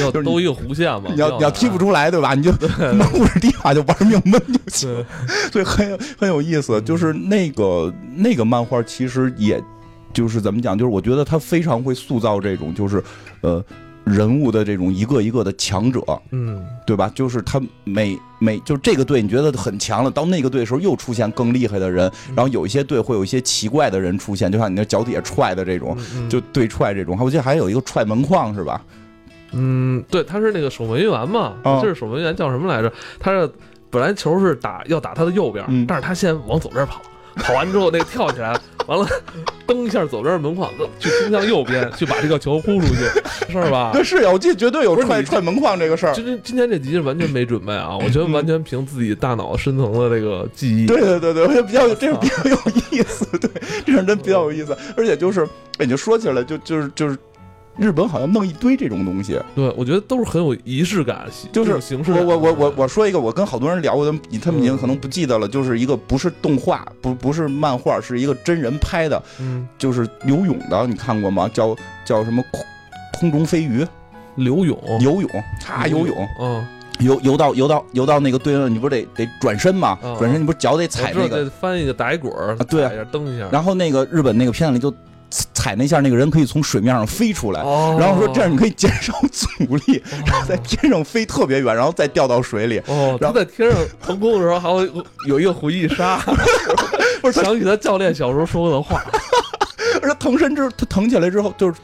S2: 要要
S3: 就是你
S2: 兜一个弧线嘛，
S3: 你要
S2: 比较
S3: 你要踢
S2: 难
S3: 不出来，对吧？你就猛虎式踢法就玩命闷就行。
S2: 对
S3: 对，很有很有意思。就是
S2: 嗯
S3: 那个那个漫画，其实也就是怎么讲，就是我觉得他非常会塑造这种，就是呃人物的这种一个一个的强者，
S2: 嗯，
S3: 对吧？就是他每每就是这个队你觉得很强了，到那个队的时候又出现更厉害的人，
S2: 嗯
S3: 然后有一些队会有一些奇怪的人出现，就像你那脚底下踹的这种，
S2: 嗯
S3: 就对踹这种。我记得还有一个踹门框是吧？
S2: 嗯，对，他是那个守门员嘛，
S3: 啊
S2: 这是守门员叫什么来着？他是本来球是打要打他的右边，
S3: 嗯
S2: 但是他先往左边跑，跑完之后那个跳起来，完了蹬一下左边门框，去冲向右
S3: [laughs]
S2: 边去把这个球扑出去，是吧？
S3: 对，是有，我记得绝对有
S2: 啊不是
S3: 踹
S2: 你
S3: 踹门框这个事儿。
S2: 今天今天这集是完全没准备啊，我觉得完全凭自己大脑深层的这个记忆。
S3: 嗯对对对对，我也比较有，这是比较有意思，对，这是真比较有意思。而且就是，哎，你就说起来，就就是就是，日本好像弄一堆这种东西。
S2: 对，我觉得都是很有仪式感，
S3: 就是
S2: 这种形式
S3: 我
S2: 感
S3: 我我我我说一个，我跟好多人聊过，他们他们已经
S2: 嗯
S3: 可能不记得了，就是一个不是动画，不不是漫画，是一个真人拍的，
S2: 嗯，
S3: 就是游泳的，你看过吗？叫叫什么空？空中飞
S2: 哦
S3: 鱼，
S2: 刘勇，
S3: 游泳，叉啊游泳，，
S2: 嗯，
S3: 游游到游到游到那个对面，你不是得得转身吗
S2: 嗯？
S3: 转身你不是脚得踩
S2: 我
S3: 那
S2: 知道
S3: 个
S2: 这翻一个打一滚儿，
S3: 啊对啊
S2: 踩一下蹬一下，
S3: 然后那个日本那个片子里就踩踩那一下，那个人可以从水面上飞出来，
S2: 哦，
S3: 然后说这样你可以减少阻力，
S2: 哦
S3: 在天上飞特别远，然后再掉到水里。
S2: 哦，他
S3: 然后
S2: 在天上腾空的时候，还会有有一个回忆杀，
S3: [laughs] 不是他，
S2: 想起他教练小时候说过的话。
S3: 而且腾身之后，他腾起来之后就是。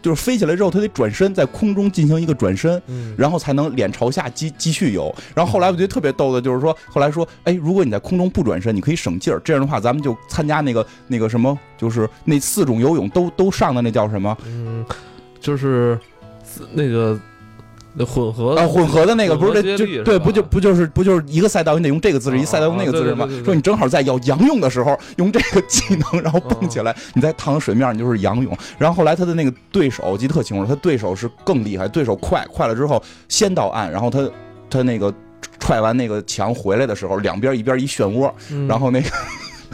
S3: 就是飞起来之后，他得转身，在空中进行一个转身，
S2: 嗯，
S3: 然后才能脸朝下继继续游。然后后来我觉得特别逗的，就是说，后来说，哎，如果你在空中不转身，你可以省劲儿。这样的话，咱们就参加那个那个什么，就是那四种游泳都都上的那叫什么？
S2: 嗯，就是那个那混合
S3: 啊，混合的那个
S2: 呃混
S3: 不
S2: 合
S3: 是
S2: 接
S3: 这就
S2: 力是
S3: 对，
S2: 吧
S3: 不就不就是不就是一个赛道你得用这个姿势，
S2: 啊
S3: 一个赛道用那个姿势
S2: 啊
S3: 吗
S2: 对对对对？
S3: 说你正好在要仰泳的时候用这个技能，然后蹦
S2: 嗯
S3: 起来，你再趟水面，你就是仰泳。然后后来他的那个对手，我记得特清楚，他对手是更厉害，对手快快了之后先到岸，然后他他那个踹完那个墙回来的时候，两边一边一漩涡，
S2: 嗯
S3: 然后那个 [laughs]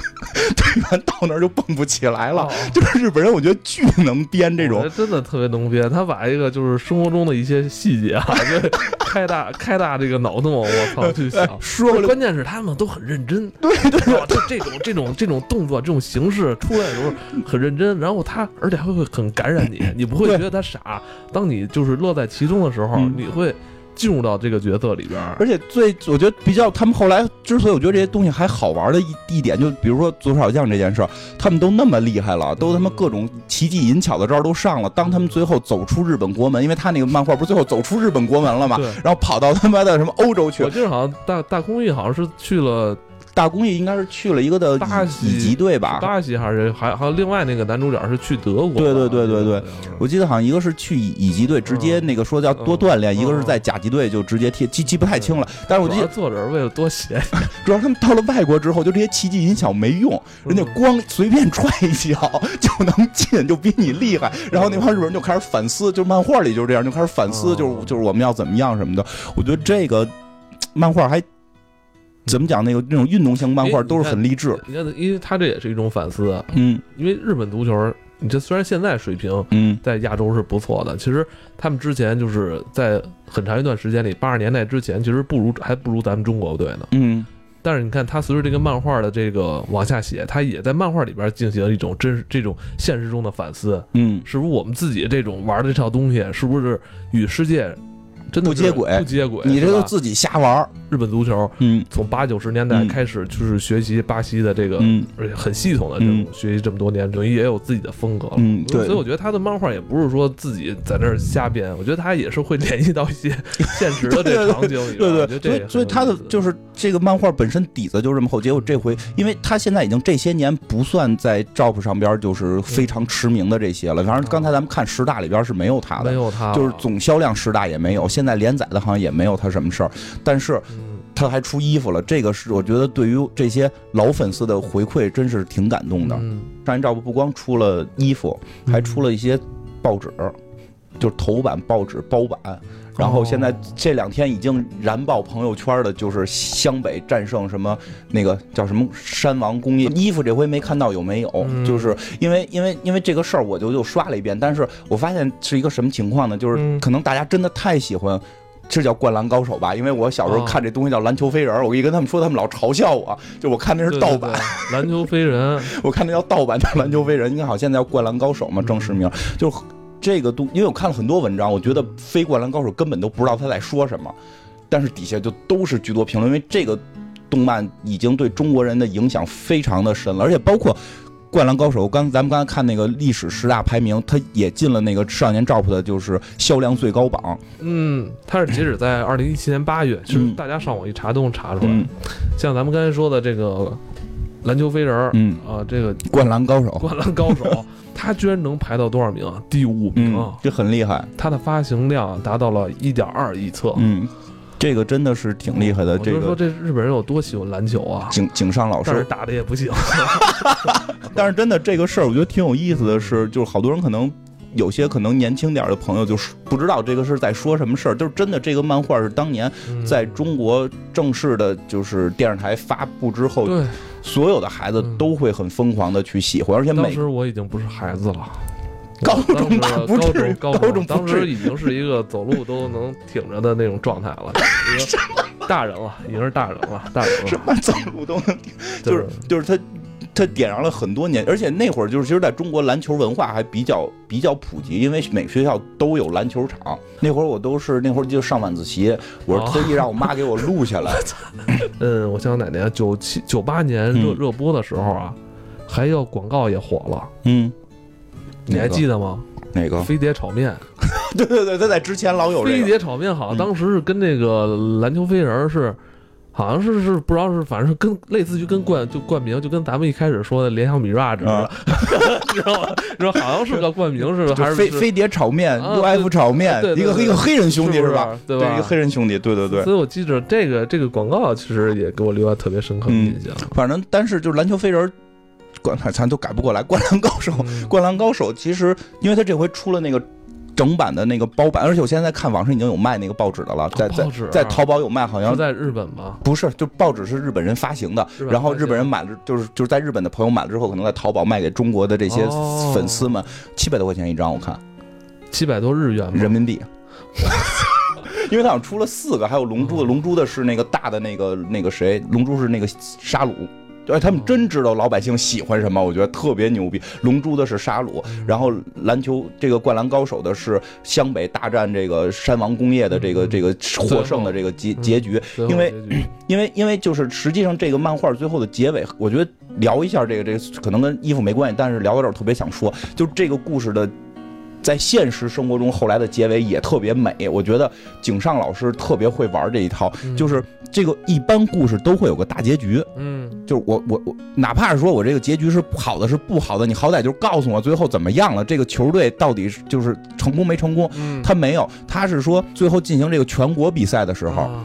S3: 队员到那儿就蹦不起来了
S2: 哦。
S3: 就是日本人，我觉得巨能编这
S2: 我觉
S3: 种
S2: 得真的特别能编，他把一个就是生活中的一些细节
S3: [laughs]
S2: 啊，就开大开大这个脑洞，我操去想
S3: 哎。说回来
S2: 关键是他们都很认真，对对对，就这种这种这种动作、这种形式出来的时候很认真，然后他而且还会很感染你，你不会
S3: 对
S2: 觉得他傻。当你就是乐在其中的时候，
S3: 嗯
S2: 你会进入到这个角色里边儿。
S3: 而且最我觉得比较，他们后来之所以我觉得这些东西还好玩的一一点，就比如说足球小将这件事儿，他们都那么厉害了，都他妈各种奇技淫巧的招儿都上了。当他们最后走出日本国门，因为他那个漫画不是最后走出日本国门了吗？
S2: 对，
S3: 然后跑到他妈的什么欧洲去
S2: 我，记得好像大大空翼好像是去了
S3: 大公益应该是去了一个的
S2: 巴西
S3: 乙乙级队吧？
S2: 巴西还是还还有另外那个男主角是去德国吧，
S3: 啊对对对对对
S2: 好像是
S3: 我记得好像一个是去乙乙级队直接
S2: 嗯
S3: 那个说叫多锻炼，
S2: 嗯
S3: 一个是在甲级队就直接踢，记记不太清了。但是我
S2: 主
S3: 记
S2: 要
S3: 得
S2: 作者为了多写，
S3: 主要他们到了外国之后，就这些奇技淫巧没用， [laughs]
S2: 嗯
S3: 人家光随便踹一脚就能进，就比你厉害。然后那帮日本人就开始反思，就漫画里就是这样，就开始反思，
S2: 哦
S3: 就是就是我们要怎么样什么的。我觉得这个嘖漫画还怎么讲？那个那种运动型漫
S2: 因为嗯
S3: 画
S2: 哎你
S3: 都是
S2: 看
S3: 很励志。
S2: 你看，因为他这也是一种反思，啊，
S3: 嗯
S2: 因为日本足球，你这虽然现在水平
S3: 嗯
S2: 在亚洲是不错的，其实他们之前就是在很长一段时间里，八十年代之前其实不如还不如咱们中国队呢。
S3: 嗯，
S2: 但是你看，他随着这个漫画的这个往下写，他也在漫画里边进行了一种真实这种现实中的反思，
S3: 嗯，
S2: 是不是我们自己这种玩的这套东西，是不是与世界真的
S3: 不接
S2: 是
S3: 轨
S2: 不接轨，
S3: 你这
S2: 是
S3: 都
S2: 吧
S3: 自己瞎玩儿。
S2: 日本足球
S3: 嗯
S2: 从八九十年代
S3: 嗯
S2: 开始就是学习巴西的这个，
S3: 嗯
S2: 而且很系统的这种
S3: 嗯
S2: 学习这么多年，等于也有自己的风格了。
S3: 嗯，对
S2: 所以。我觉得他的漫画也不是说自己在那儿瞎编，我觉得他也是会联系到一些现实的这个场景里边。
S3: 对
S2: 我觉得
S3: 对，所
S2: 这也
S3: 以所以
S2: 很有
S3: 他的
S2: 意思嗯
S3: 就是这个漫画本身底子就这么厚，结果这回，因为他现在已经这些年不算在 Jump 上边就是
S2: 嗯
S3: 非常驰名的这些了，反正刚才咱们看十大里边是没有他
S2: 哦没
S3: 的。
S2: 有哦他了，
S3: 就是总销量十大也没有，现在连载的好像也没有他什么事儿，但是
S2: 嗯
S3: 他还出衣服了，这个是我觉得对于这些老粉丝的回馈真是挺感动的。
S2: 嗯
S3: 上一照不光出了衣服，还出了一些报纸，就是头版报纸包版。然后现在
S2: 哦
S3: 这两天已经燃爆朋友圈的，就是湘北战胜什么那个叫什么山王工业衣服，这回没看到有没有？
S2: 嗯
S3: 就是因为因为因为这个事儿，我就又刷了一遍，但是我发现是一个什么情况呢？就是
S2: 嗯
S3: 可能大家真的太喜欢。这叫《灌篮高手》吧？因为我小时候
S2: 哦
S3: 看这东西叫《篮球飞人》，我一跟他们说，他们老嘲笑我，就我看那是
S2: 对对
S3: 盗
S2: 嗯对
S3: 版，
S2: 篮球飞
S3: [laughs]
S2: 人，
S3: 我看那叫盗版的篮球飞人，应该好像现在叫灌篮高手嘛，正式名就是这个东，因为我看了很多文章，我觉得非灌篮高手根本都不知道他在说什么，但是底下就都是居多评论，因为这个动漫已经对中国人的影响非常的深了，而且包括。灌篮高手，刚咱们刚才看那个历史十大排名，他也进了那个少年 Jump 的，就是销量最高榜。
S2: 嗯，他是截止在二零一七年八月，其实
S3: 嗯
S2: 大家上网一查都能查出来。像咱们刚才说的这个篮球飞人儿，
S3: 嗯，
S2: 啊，这个
S3: 灌篮高手，
S2: 灌篮高手， [laughs] 他居然能排到多少名啊？第五名
S3: 嗯
S2: 啊！，
S3: 这很厉害。
S2: 他的发行量达到了一点二亿册，
S3: 嗯，这个真的是挺厉害的。
S2: 哦嗯我
S3: 这
S2: 就说
S3: 个嗯
S2: 这日本人有多喜欢篮球啊！
S3: 井井上老师
S2: 但是打的也不行，
S3: 但是真的这个事儿，我觉得挺有意思的是，就是好多人可能有些可能年轻点儿的朋友就是不知道这个是在说什么事儿，就是真的这个漫画是当年
S2: 嗯
S3: 在中国正式的就是电视台发布之后，
S2: 对，嗯
S3: 所有的孩子都会很疯狂的去喜欢，而且
S2: 当
S3: 每
S2: 时我已经不是孩子了，
S3: 高中吧
S2: 当时
S3: 不
S2: 高
S3: 至
S2: 中
S3: 于
S2: 高
S3: 高中不
S2: 当
S3: 至
S2: 时已经是一个走路都能挺着的那种状态了，已经大人了，已经是大人了，大人
S3: 什
S2: 了，
S3: 么走路都能，就
S2: 就是
S3: 就是他。他点燃了很多年，而且那会儿就是，其实在中国篮球文化还比较比较普及，因为每学校都有篮球场。那会儿我都是那会儿就上晚自习，我是
S2: 哦
S3: 特意让我妈给我
S2: [laughs]
S3: 录下来，
S2: 嗯，我想想哪年，九七九八年热
S3: 嗯
S2: 热播的时候啊，还有广告也火了，
S3: 嗯，
S2: 你还记得吗？
S3: 哪个？
S2: 飞碟炒面，
S3: [laughs] 对对对，他在之前老有这
S2: 飞
S3: 个。
S2: 碟炒面好像
S3: 嗯
S2: 当时是跟那个篮球飞人儿是，好像是是不知道是，反正是跟类似于跟冠就冠名，就跟咱们一开始说的联想米 r a 似的
S3: 啊，
S2: [laughs] 你知道吗？说好像是个冠名似的，还
S3: 就是飞
S2: 是
S3: 飞碟炒面、
S2: 啊
S3: UF 炒面，
S2: 对
S3: 一
S2: 对
S3: 个
S2: 对
S3: 一个黑人兄弟
S2: 是不是
S3: 吧？？
S2: 对
S3: 对，
S2: 吧？
S3: 一个黑人兄弟，对对对。
S2: 所以我记着这个这个广告，其实也给我留下特别深刻的
S3: 嗯
S2: 印象。
S3: 反正，但是就是篮球飞人，灌咱都改不过来。灌篮高手，
S2: 嗯
S3: 灌篮高手其实，因为他这回出了那个整版的那个包版，而且我现在看网上已经有卖那个报纸的了，在在
S2: 报纸啊
S3: 在淘宝有卖，好像
S2: 是在日本吗？
S3: 不是，就报纸是日本人发行的，
S2: 日本
S3: 嗯然后
S2: 发
S3: 日本人买了，就是就是在日本的朋友买了之后，可能在淘宝卖给中国的这些
S2: 哦
S3: 粉丝们，七百多块钱一张，我看。
S2: 七百多日元吗？
S3: 人民币。 [laughs] 因为他好像出了四个，还有《龙珠》的，《龙珠》的是那个大的那个那个谁，《龙珠》是那个沙鲁。哎，他们真知道老百姓喜欢什么，我觉得特别牛逼。《龙珠》的是沙鲁，
S2: 嗯
S3: 然后篮球这个《灌篮高手》的是湘北大战这个山王工业的这个这个获胜的这个结结局。
S2: 最后
S3: 因为
S2: 结
S3: [clears throat]
S2: 局
S3: 因为因为就是实际上这个漫画最后的结尾，我觉得聊一下这个这个可能跟衣服没关系，但是聊到这儿我特别想说，就这个故事的。在现实生活中，后来的结尾也特别美。我觉得井上老师特别会玩这一套，
S2: 嗯
S3: 就是这个一般故事都会有个大结局，
S2: 嗯，
S3: 就是我我我，哪怕是说我这个结局是好的，是不好的，你好歹就是告诉我最后怎么样了，这个球队到底是就是成功没成功？
S2: 嗯
S3: 他没有，他是说最后进行这个全国比赛的时候，
S2: 啊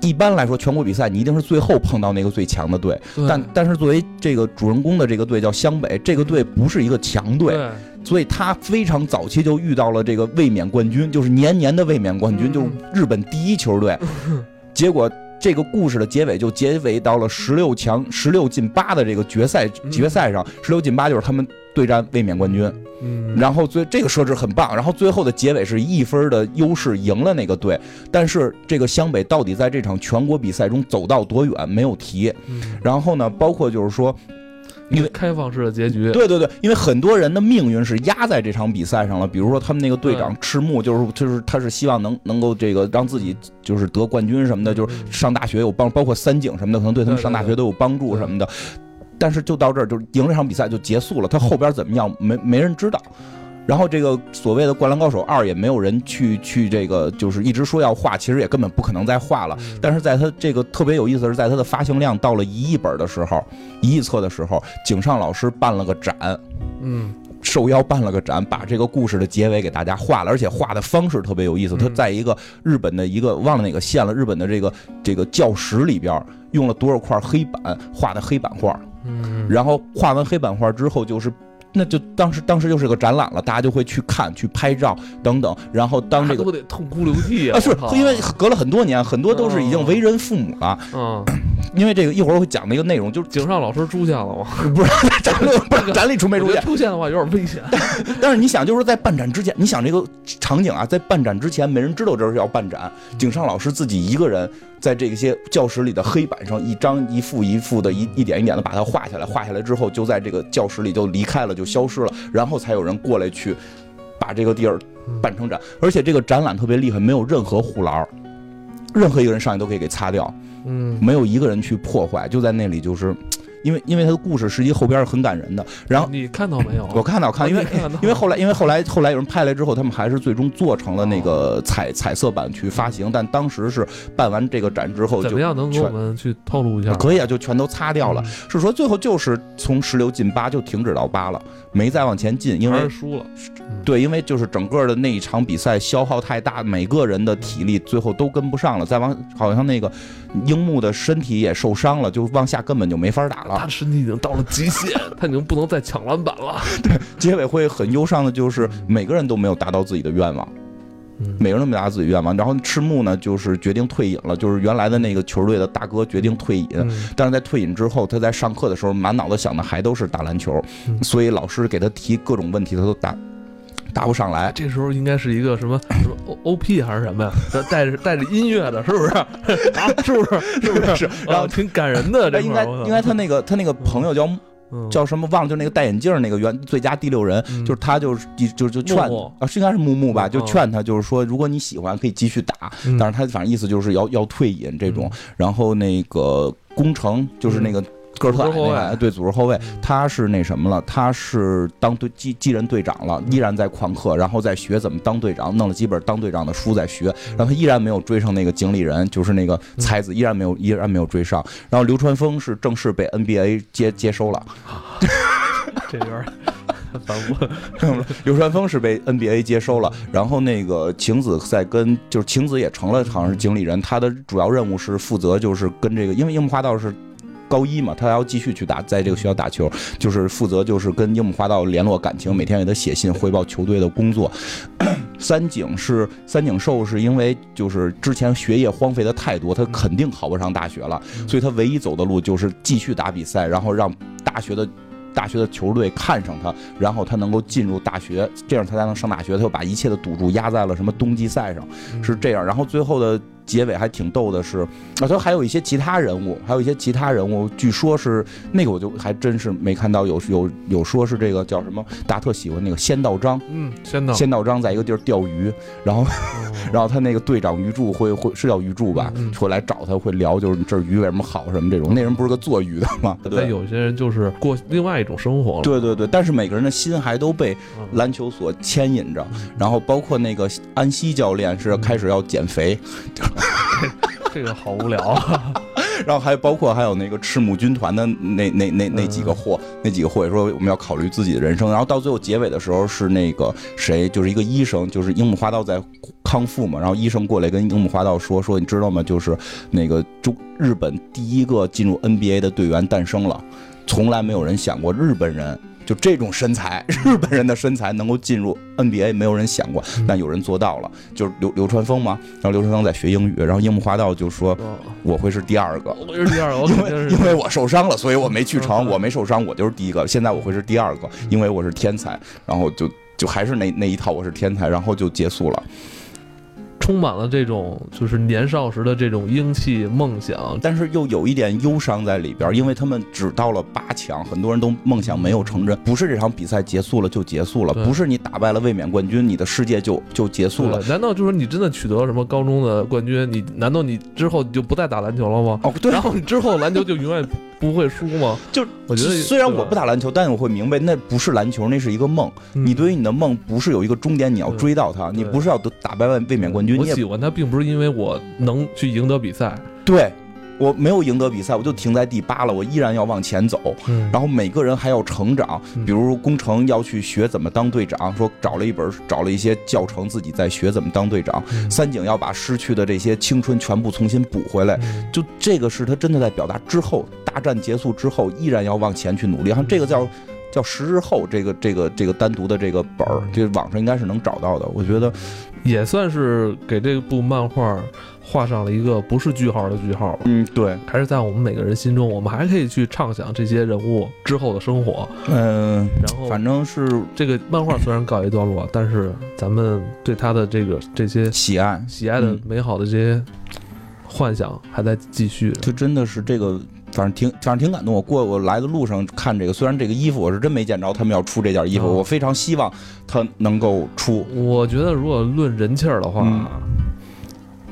S3: 一般来说全国比赛你一定是最后碰到那个最强的队，
S2: 对
S3: 但但是作为这个主人公的这个队叫湘北，这个队不是一个强队，
S2: 对
S3: 所以他非常早期就遇到了这个卫冕冠军，就是年年的卫冕冠军，
S2: 嗯
S3: 就是日本第一
S2: [laughs]
S3: 球队。结果这个故事的结尾就结尾到了十六强十六进八的这个决赛
S2: 嗯
S3: 决赛上，十六进八就是他们对战卫冕冠军。
S2: 嗯，
S3: 然后最这个设置很棒，然后最后的结尾是一分的优势赢了那个队，但是这个湘北到底在这场全国比赛中走到多远没有提。
S2: 嗯
S3: 然后呢，包括就是说。因为
S2: 开放式的结局，
S3: 对对对，因为很多人的命运是压在这场比赛上了。比如说他们那个队
S2: 嗯
S3: 长赤木，就是就是他是希望能能够这个让自己就是得冠军什么的，就是
S2: 嗯
S3: 上大学有帮，包括三井什么的，可能对他们
S2: 对对
S3: 上大
S2: 对
S3: 学都有帮助什么的。但是就到这儿，就是赢了这场比赛就结束了，他后边怎么样没没人知道。
S2: 嗯
S3: 然后这个所谓的《灌篮高手二》也没有人去去这个，就是一直说要画，其实也根本不可能再画了。
S2: 嗯
S3: 但是在他这个特别有意思的是，在他的发行量到了一亿本的时候，一亿册的时候，井上老师办了个展，
S2: 嗯
S3: 受邀办了个展，把这个故事的结尾给大家画了，而且画的方式特别有意思。
S2: 嗯
S3: 他在一个日本的一个忘了哪个县了，日本的这个这个教室里边用了多少块黑板画的黑板画，
S2: 嗯，
S3: 然后画完黑板画之后就是。那就当时当时就是个展览了，大家就会去看、去拍照等等。然后当这
S2: 那
S3: 个
S2: 都得痛哭流涕
S3: 啊，是
S2: 我操
S3: 因为隔了很多年，很多都是已经为人父母了。
S2: 嗯，
S3: 因为这个一会儿我会讲的一个内容，就是
S2: 井上老师出现了吗？
S3: [laughs] 不是展里 [laughs] 不是展里出没出
S2: 我觉
S3: 现
S2: 得，出现的话有点危险。
S3: [laughs] 但是你想，就是在办展之前，你想这个场景啊，在办展之前，没人知道这是要办展。井上老师自己一个人在这些教室里的黑板上，一张一幅一幅的，一一点一点的把它画下来。画下来之后，就在这个教室里就离开了，就消失了。然后才有人过来去把这个地儿办成展。而且这个展览特别厉害，没有任何护栏儿，任何一个人上去都可以给擦掉。
S2: 嗯，
S3: 没有一个人去破坏，就在那里就是，因为因为他的故事实际后边是很感人的。然后
S2: 你看到没有？
S3: 我看到看，因为
S2: 你看到
S3: 因为后来因为后来后来有人拍来之后，他们还是最终做成了那个彩彩色版去发行，但当时是办完这个展之后
S2: 怎
S3: 就
S2: 么。样能给我们去透露一下？
S3: 可以啊，就全都擦掉了。
S2: 嗯
S3: 是说最后就是从十六进八就停止到八了，没再往前进，因
S2: 还是
S3: 为
S2: 输了。
S3: 对，因为就是整个的那一场比赛消耗太大，每个人的体力最后都跟不上了。再往好像那个樱木的身体也受伤了，就往下根本就没法打
S2: 他
S3: 了。
S2: 身体已经到了极限，他已经不能再抢篮板了。
S3: [laughs] 结尾会很忧伤的，就是每个人都没有达到自己的愿望，
S2: 嗯
S3: 每个人都没有达到自己的愿望。然后赤木呢，就是决定退隐了，就是原来的那个球队的大哥决定退隐。
S2: 嗯
S3: 但是在退隐之后，他在上课的时候满脑子想的还都是打篮球，
S2: 嗯
S3: 所以老师给他提各种问题，他都答答不上来。
S2: 这时候应该是一个什么什么 O O P 还是什么呀？ [laughs] 带着带着音乐的，是不是？ [laughs] 啊，是不
S3: [laughs]
S2: 是？是不是？
S3: 是，然
S2: 然
S3: 后
S2: 后挺感人的，这嗯
S3: 哎，应该应该他
S2: 那
S3: 那个他那个朋友叫叫什么忘了，就那个戴眼镜儿那个原最佳第六人，
S2: 嗯
S3: 就是他就是就就劝
S2: 木木
S3: 啊，是应该是木木吧，
S2: 嗯
S3: 就劝他就是说，如果你喜欢可以继续打，但是他反正意思就是要要退隐这种。
S2: 嗯
S3: 然后那个宫城就是那个个儿
S2: 组织
S3: 特矮
S2: 后
S3: 那
S2: 卫
S3: 个哎，对，组织后卫。
S2: 嗯
S3: 他是那什么了？他是当队继继任队长了，依然在旷
S2: 嗯
S3: 课，然后在学怎么当队长，弄了几本当队长的书在学，
S2: 嗯
S3: 然后他依然没有追上那个经理人，就是那个才子，依然没有依然没有追上。然后流川枫是正式被 NBA 接接收了，
S2: 这边 [laughs] 儿反复
S3: 流川枫是被 NBA 接收了，然后那个晴子在跟就是晴子也成了好像是经理人，她的主要任务是负责就是跟这个，因为樱木花道是。高一嘛，他还要继续去打，在这个学校打球，就是负责就是跟樱木花道联络感情，每天给他写信汇报球队的工作。 [clears throat] 三井是三井寿是因为就是之前学业荒废的太多，他肯定考不上大学了，
S2: 嗯
S3: 所以他唯一走的路就是继续打比赛，然后让大学的大学的球队看上他，然后他能够进入大学，这样他才能上大学。他又把一切的赌注压在了什么冬季赛上，是这样。然后最后的结尾还挺逗的是，啊，他还有一些其他人物，还有一些其他人物，据说是那个我就还真是没看到有有有说是这个叫什么达特喜欢那个仙道章，
S2: 嗯，先到，嗯
S3: 仙道章在一个地儿钓鱼，然后然后他那个队长鱼柱会会是叫鱼柱吧
S2: 嗯嗯，嗯
S3: 会来找他，会聊就是这鱼为什么好什么这种。那人不是个做鱼的吗？
S2: 但
S3: 对。
S2: 有些人就是过另外一种生活了。
S3: 对对对，但是每个人的心还都被
S2: 嗯
S3: 篮球所牵引着，然后包括那个安西教练是开始要减肥，
S2: 这个好无聊
S3: [laughs]
S2: 啊！
S3: 然后还包括还有那个赤木军团的那那那那几个货，那几个货也说我们要考虑自己的人生。然后到最后结尾的时候是那个谁，就是一个医生，就是樱木花道在康复嘛。然后医生过来跟樱木花道说说，你知道吗？就是那个中日本第一个进入 NBA 的队员诞生了，从来没有人想过日本人。就这种身材， [laughs] 日本人的身材能够进入 NBA，没有人想过，但有人做到了，就是流流川枫嘛。然后流川枫在学英语，然后樱木花道就说我会是第二个，
S2: 嗯我是第二，我
S3: [laughs] 因
S2: 肯定
S3: 为
S2: 是
S3: 因为我受伤了，所以我没去成。
S2: 嗯
S3: 我没受伤，我就是第一个。现在我会是第二个，因为我是天才。然后就就还是那那一套，我是天才，然后就结束了。
S2: 充满了这种就是年少时的这种英气梦想。
S3: 但是又有一点忧伤在里边，因为他们只到了八强，很多人都梦想没有成真。不是这场比赛结束了就结束了，
S2: 对
S3: 不是你打败了卫冕冠军，你的世界就就结束了。
S2: 对难道就是你真的取得了什么高中的冠军？你难道你之后你就不再打篮球了吗？
S3: 哦，对
S2: 然，后你之后篮球就永远不会输吗？
S3: 就
S2: 我觉得
S3: 虽然
S2: 对吧
S3: 我不打篮球，但我会明白那不是篮球，那是一个梦。
S2: 嗯
S3: 你对于你的梦不是有一个终点，你要
S2: 对
S3: 追到它，你
S2: 对
S3: 不是要得打败卫卫冕冠军，
S2: 我
S3: 你也
S2: 喜欢他，并不是因为我能去赢得比赛。
S3: 对，我没有赢得比赛，我就停在第八了，我依然要往前走。
S2: 嗯
S3: 然后每个人还要成长，
S2: 嗯
S3: 比如工程要去学怎么当队长，说找了一本找了一些教程，自己在学怎么当队长。三井要把失去的这些青春全部重新补回来，就这个是他真的在表达之后，大战结束之后依然要往前去努力。然后这个叫叫十日后，这个这个这个单独的这个本儿，这网上应该是能找到的。我觉得
S2: 也算是给这部漫画画上了一个不是句号的句号吧。
S3: 嗯，对，
S2: 还是在我们每个人心中，我们还可以去畅想这些人物之后的生活。
S3: 嗯、
S2: 然后，
S3: 反正是
S2: 这个漫画虽然告一段落，但是咱们对他的这个这些
S3: 喜爱，
S2: 喜爱的
S3: 嗯
S2: 美好的这些幻想还在继续。
S3: 就真的是这个，反正挺反正挺感动。我过我来的路上看这个，虽然这个衣服我是真没见着他们要出这件衣服，
S2: 哦
S3: 我非常希望他能够出。
S2: 我觉得如果论人气儿的话，
S3: 嗯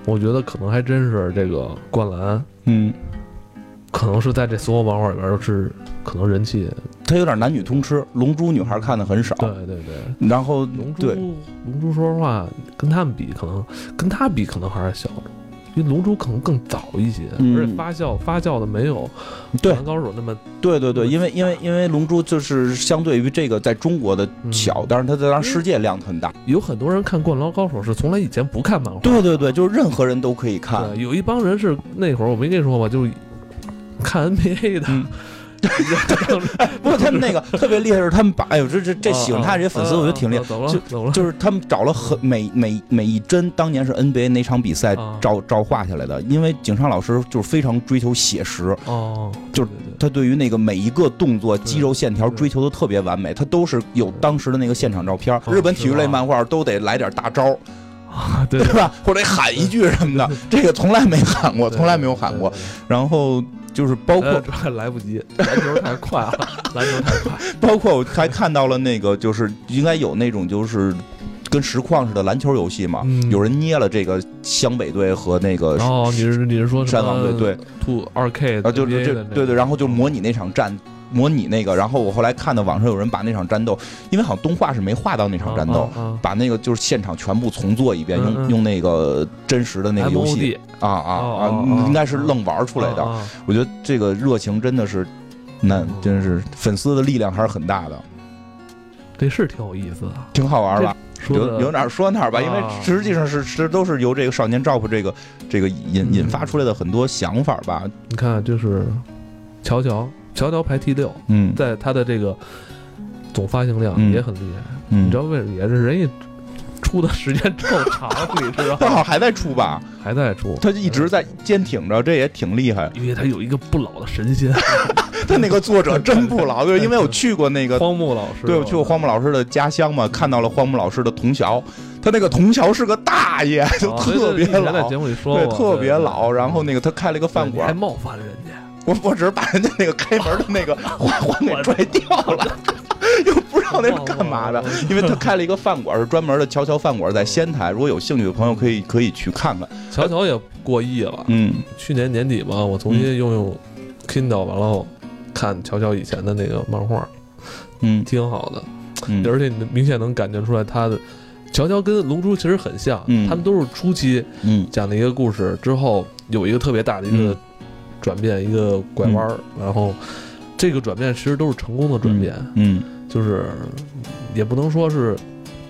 S2: 我觉得可能还真是这个灌篮，
S3: 嗯，
S2: 可能是在这所有漫画里边儿是可能人气。
S3: 他有点男女通吃，龙珠女孩看的很少。
S2: 对对对，
S3: 然后
S2: 龙珠
S3: 对，
S2: 龙珠说实话，跟他们比可能跟他比可能还是小。因为龙珠可能更早一些，
S3: 嗯
S2: 而且发酵发酵的没有《
S3: 对
S2: 灌篮高手》那么
S3: 对对对，因为因为因为龙珠就是相对于这个在中国的小，但是它在咱世界量很大。
S2: 有很多人看《灌篮高手》是从来以前不看漫画，
S3: 对对对，就是任何人都可以看。
S2: 对，有一帮人是那会儿我没跟你说吧，就是看 NBA 的，
S3: 嗯
S2: 然后
S3: 不过他们那个特别厉害的是，他们把哎呦这这这喜欢他这些粉丝，
S2: 啊
S3: 我觉得挺厉害
S2: 啊。走了 [laughs] 走了，
S3: 就是他们找了很每每每一帧，当年是 NBA 哪场比赛
S2: 啊
S3: 照照画下来的，因为井上老师就是非常追求写实，
S2: 哦，
S3: 就是
S2: 对对对
S3: 他对于那个每一个动作、肌肉线条
S2: 对
S3: 追求的特别完美，他都是有当时的那个现场照片。
S2: 哦
S3: 日本体育类
S2: 是吧
S3: 漫画都得来点大招，
S2: 啊对
S3: 对吧？ [laughs] 或者得喊一句什
S2: [laughs]
S3: 么的，这个从来没喊过，
S2: 对
S3: 从来没有喊过。
S2: 对对对
S3: 然后就是包括
S2: 呃这还来不及，篮球太快了，篮球太快，
S3: [laughs] 包括我还看到了那个，就是应该有那种就是跟实况似的篮球游戏嘛，
S2: 嗯
S3: 有人捏了这个湘北队和那个
S2: 然后你是你是说什
S3: 呃山王
S2: 么
S3: 队，对，
S2: 兔二 K
S3: 啊，就就
S2: NBA
S3: 就
S2: 的那
S3: 对对，
S2: 个
S3: 然后就模拟那场战。模拟那个，然后我后来看到网上有人把那场战斗，因为好像动画是没画到那场战斗，哦
S2: 啊啊
S3: 把那个就是现场全部重做一遍，
S2: 嗯
S3: 用
S2: 嗯
S3: 用那个真实的那个游戏
S2: MOD
S3: 啊啊
S2: 哦
S3: 啊
S2: 哦哦，
S3: 应该是愣玩出来的。
S2: 啊啊
S3: 我觉得这个热情真的是，那真是粉丝的力量还是很大的，
S2: 这是挺有意思的，
S3: 挺好玩吧？
S2: 说
S3: 有
S2: 的
S3: 有哪儿说哪儿吧，因为
S2: 啊
S3: 实际上是这都是由这个少年 Jump 这个这个引引发出来的很多想法吧，
S2: 你看就是乔乔乔乔排第六，
S3: 嗯
S2: 在他的这个总发行量
S3: 嗯
S2: 也很厉害。你知
S3: 嗯，
S2: 道为什么？也是人家出的时间够长，你知道
S3: 他
S2: 吗？
S3: 好
S2: [laughs]
S3: 像还在出吧，
S2: 还在出，
S3: 他就一直在
S2: 还
S3: 坚挺着，这也挺厉
S2: [laughs]
S3: 害。
S2: 出。因为他有一个不老的神仙，
S3: 他那个作者 [laughs] 真不老，就是因为我去过那个，
S2: 荒木老师。
S3: 对我去过荒木老师的家乡嘛，看到了荒木老师的同校，他那个同校是个大爷，就
S2: 啊
S3: 特
S2: 对对
S3: 别
S2: 以前在
S3: 老
S2: 节。目里说
S3: 对，
S2: 过，
S3: 特别老。
S2: 对嗯
S3: 然后那个他开了一个饭
S2: 你还
S3: 馆，
S2: 冒犯人家，
S3: 我我只是把人家那个开门的
S2: [laughs]
S3: 那个花花给拽掉了， [laughs] 又不知道那是干嘛
S2: [laughs]
S3: 的。
S2: 忘了
S3: 因为他开了一个饭馆，是专门的乔乔饭馆，在仙台。如果有兴趣的朋友，可以可以去看看。
S2: 乔乔也过亿了。
S3: 嗯，
S2: 去年年底嘛，我重新用用 Kindle，完了看乔乔以前的那个漫画，
S3: 嗯
S2: 挺好的。
S3: 嗯，
S2: 而且你能明显能感觉出来他的。乔乔跟龙珠其实很像，
S3: 嗯
S2: 他们都是初期
S3: 嗯
S2: 讲的一个故事之后，有一个特别大的一个
S3: 嗯
S2: 转变，一个拐弯儿，然后这个转变其实都是成功的转变，
S3: 嗯
S2: 就是也不能说是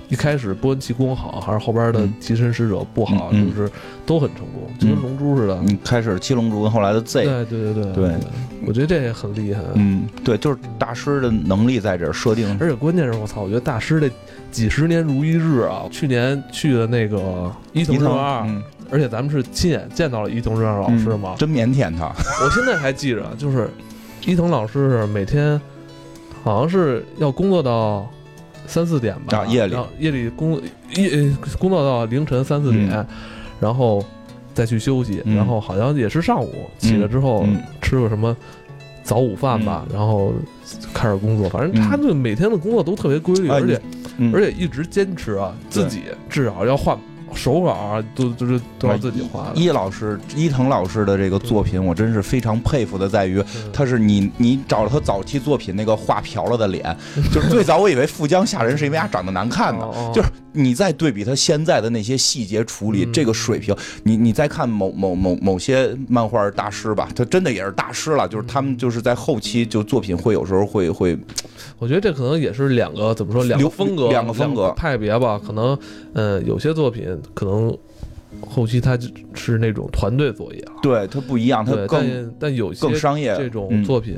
S2: 一开始波恩奇功好，还是后边的
S3: 嗯
S2: 极深使者不好，
S3: 嗯嗯
S2: 就是都很成功，就跟
S3: 嗯
S2: 龙珠似的。
S3: 嗯，开始七龙珠跟后来的 Z，
S2: 对对对对
S3: 对，
S2: 我觉得这也很厉害。
S3: 嗯，对，就是大师的能力在这儿设定，
S2: 而且关键是我操，我觉得大师这几十年如一日啊！去年去的那个伊藤
S3: 一
S2: 润
S3: 层
S2: 二，
S3: 嗯
S2: 而且咱们是亲眼见到了伊藤润二啊老师嘛。
S3: 真腼腆他，
S2: 我现在还记着，啊就是伊藤老师是每天好像是要工作到三四点吧，
S3: 啊夜里
S2: 然后夜里工夜呃工作到凌晨三四点，
S3: 嗯
S2: 然后再去休息，
S3: 嗯
S2: 然后好像也是上午起来之后、
S3: 嗯
S2: 吃个什么。早午饭吧，然后开始工作。反正他就每天的工作都特别规律，
S3: 哎
S2: 而且、
S3: 嗯
S2: 而且一直坚持啊，
S3: 对
S2: 自己至少要画手稿啊，都都是都要自己画的。
S3: 伊老师、伊藤老师的这个作品，我真是非常佩服的，在于
S2: 嗯
S3: 他是你你找了他早期作品那个画瓢了
S2: [laughs]
S3: 的脸，就是最早我以为富江吓人是因为他长得难看呢，
S2: 哦哦
S3: 就是你再对比他现在的那些细节处理，
S2: 嗯
S3: 这个水平，你你再看某某某某些漫画大师吧，他真的也是大师了，就是他们就是在后期就作品会有时候会会
S2: 我觉得这可能也是两个怎么说两个
S3: 流
S2: 风格
S3: 两个风格
S2: 派别吧。可能呃有些作品可能后期它就是那种团队作业了，
S3: 对他不一样，他
S2: 对，
S3: 啊更
S2: 但但有些
S3: 更商业
S2: 这种
S3: 嗯
S2: 作品，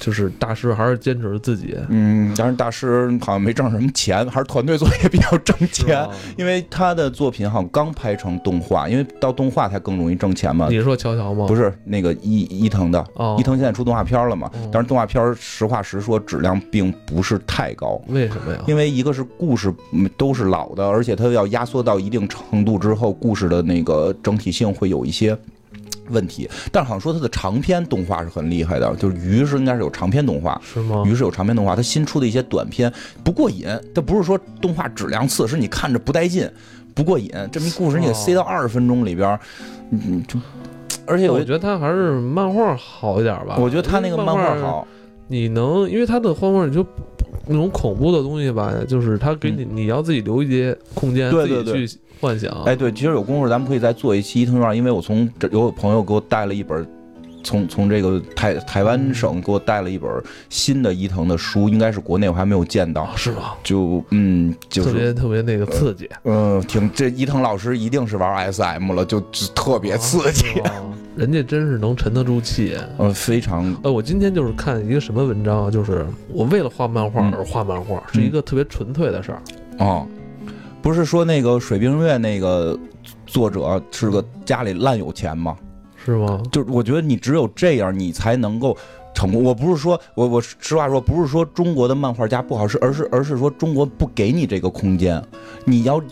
S2: 就是大师还是坚持自
S3: [laughs]
S2: 己
S3: 嗯，当然大师好像没挣什么钱，还是团队作业比较挣
S2: [laughs] 是啊
S3: 钱
S2: 吧。
S3: 因为他的作品好像刚拍成动画，因为到动画才更容易挣钱嘛。
S2: 你是说乔乔吗？
S3: 不
S2: 是
S3: 是那个伊伊藤的，
S2: 哦
S3: 伊藤现在出动画片了嘛？
S2: 哦
S3: 但是动画片实话实说，质量并不是太高。
S2: 为什么呀？
S3: 因为一个是故事嗯都是老的，而且它要压缩到一定程度之后，故事的那个整体性会有一些问题。但是好像说它的长篇动画是很厉害的，就是鱼是应该是有长篇动画，
S2: 是吗？
S3: 于是有长篇动画，它新出的一些短片不过瘾，它不是说动画质量次，是你看着不带劲，不过瘾。这么一故事你给
S2: 哦
S3: 塞到二十分钟里边儿，嗯，就而且
S2: 我
S3: 我
S2: 觉得他还是漫画好一点吧。
S3: 我觉得他那个
S2: 因为
S3: 漫画
S2: 画，
S3: 好，
S2: 你能因为他的漫画你就。那种恐怖的东西吧，就是他给你，你要自己留一些空间，
S3: 嗯对对
S2: 自己去幻想。
S3: 哎，对，其实有功夫咱们可以再做一期伊藤润二，因为我从这有朋友给我带了一本。从从这个台台湾省给我带了一本新的伊藤的书，应该是国内我还没有见到
S2: 啊，，是吗？
S3: 就嗯，就
S2: 特
S3: 是
S2: 别特别那个刺激，
S3: 嗯、挺这伊藤老师一定是玩 SM 了，就就特别
S2: [laughs]
S3: 刺激，
S2: 哦。人家真是能沉得住气。
S3: 嗯、非常
S2: 呃，我今天就是看一个什么文章啊，就是我为了画漫画
S3: 嗯
S2: 而画漫画，是一个特别纯粹的事儿。
S3: 哦，不是说那个《水冰月》那个作者是个家里烂有钱吗？
S2: 是吗？
S3: 就是我觉得你只有这样，你才能够成功。我不是说我我实话说，不是说中国的漫画家不好，是而是而是说中国不给你这个空间，你要。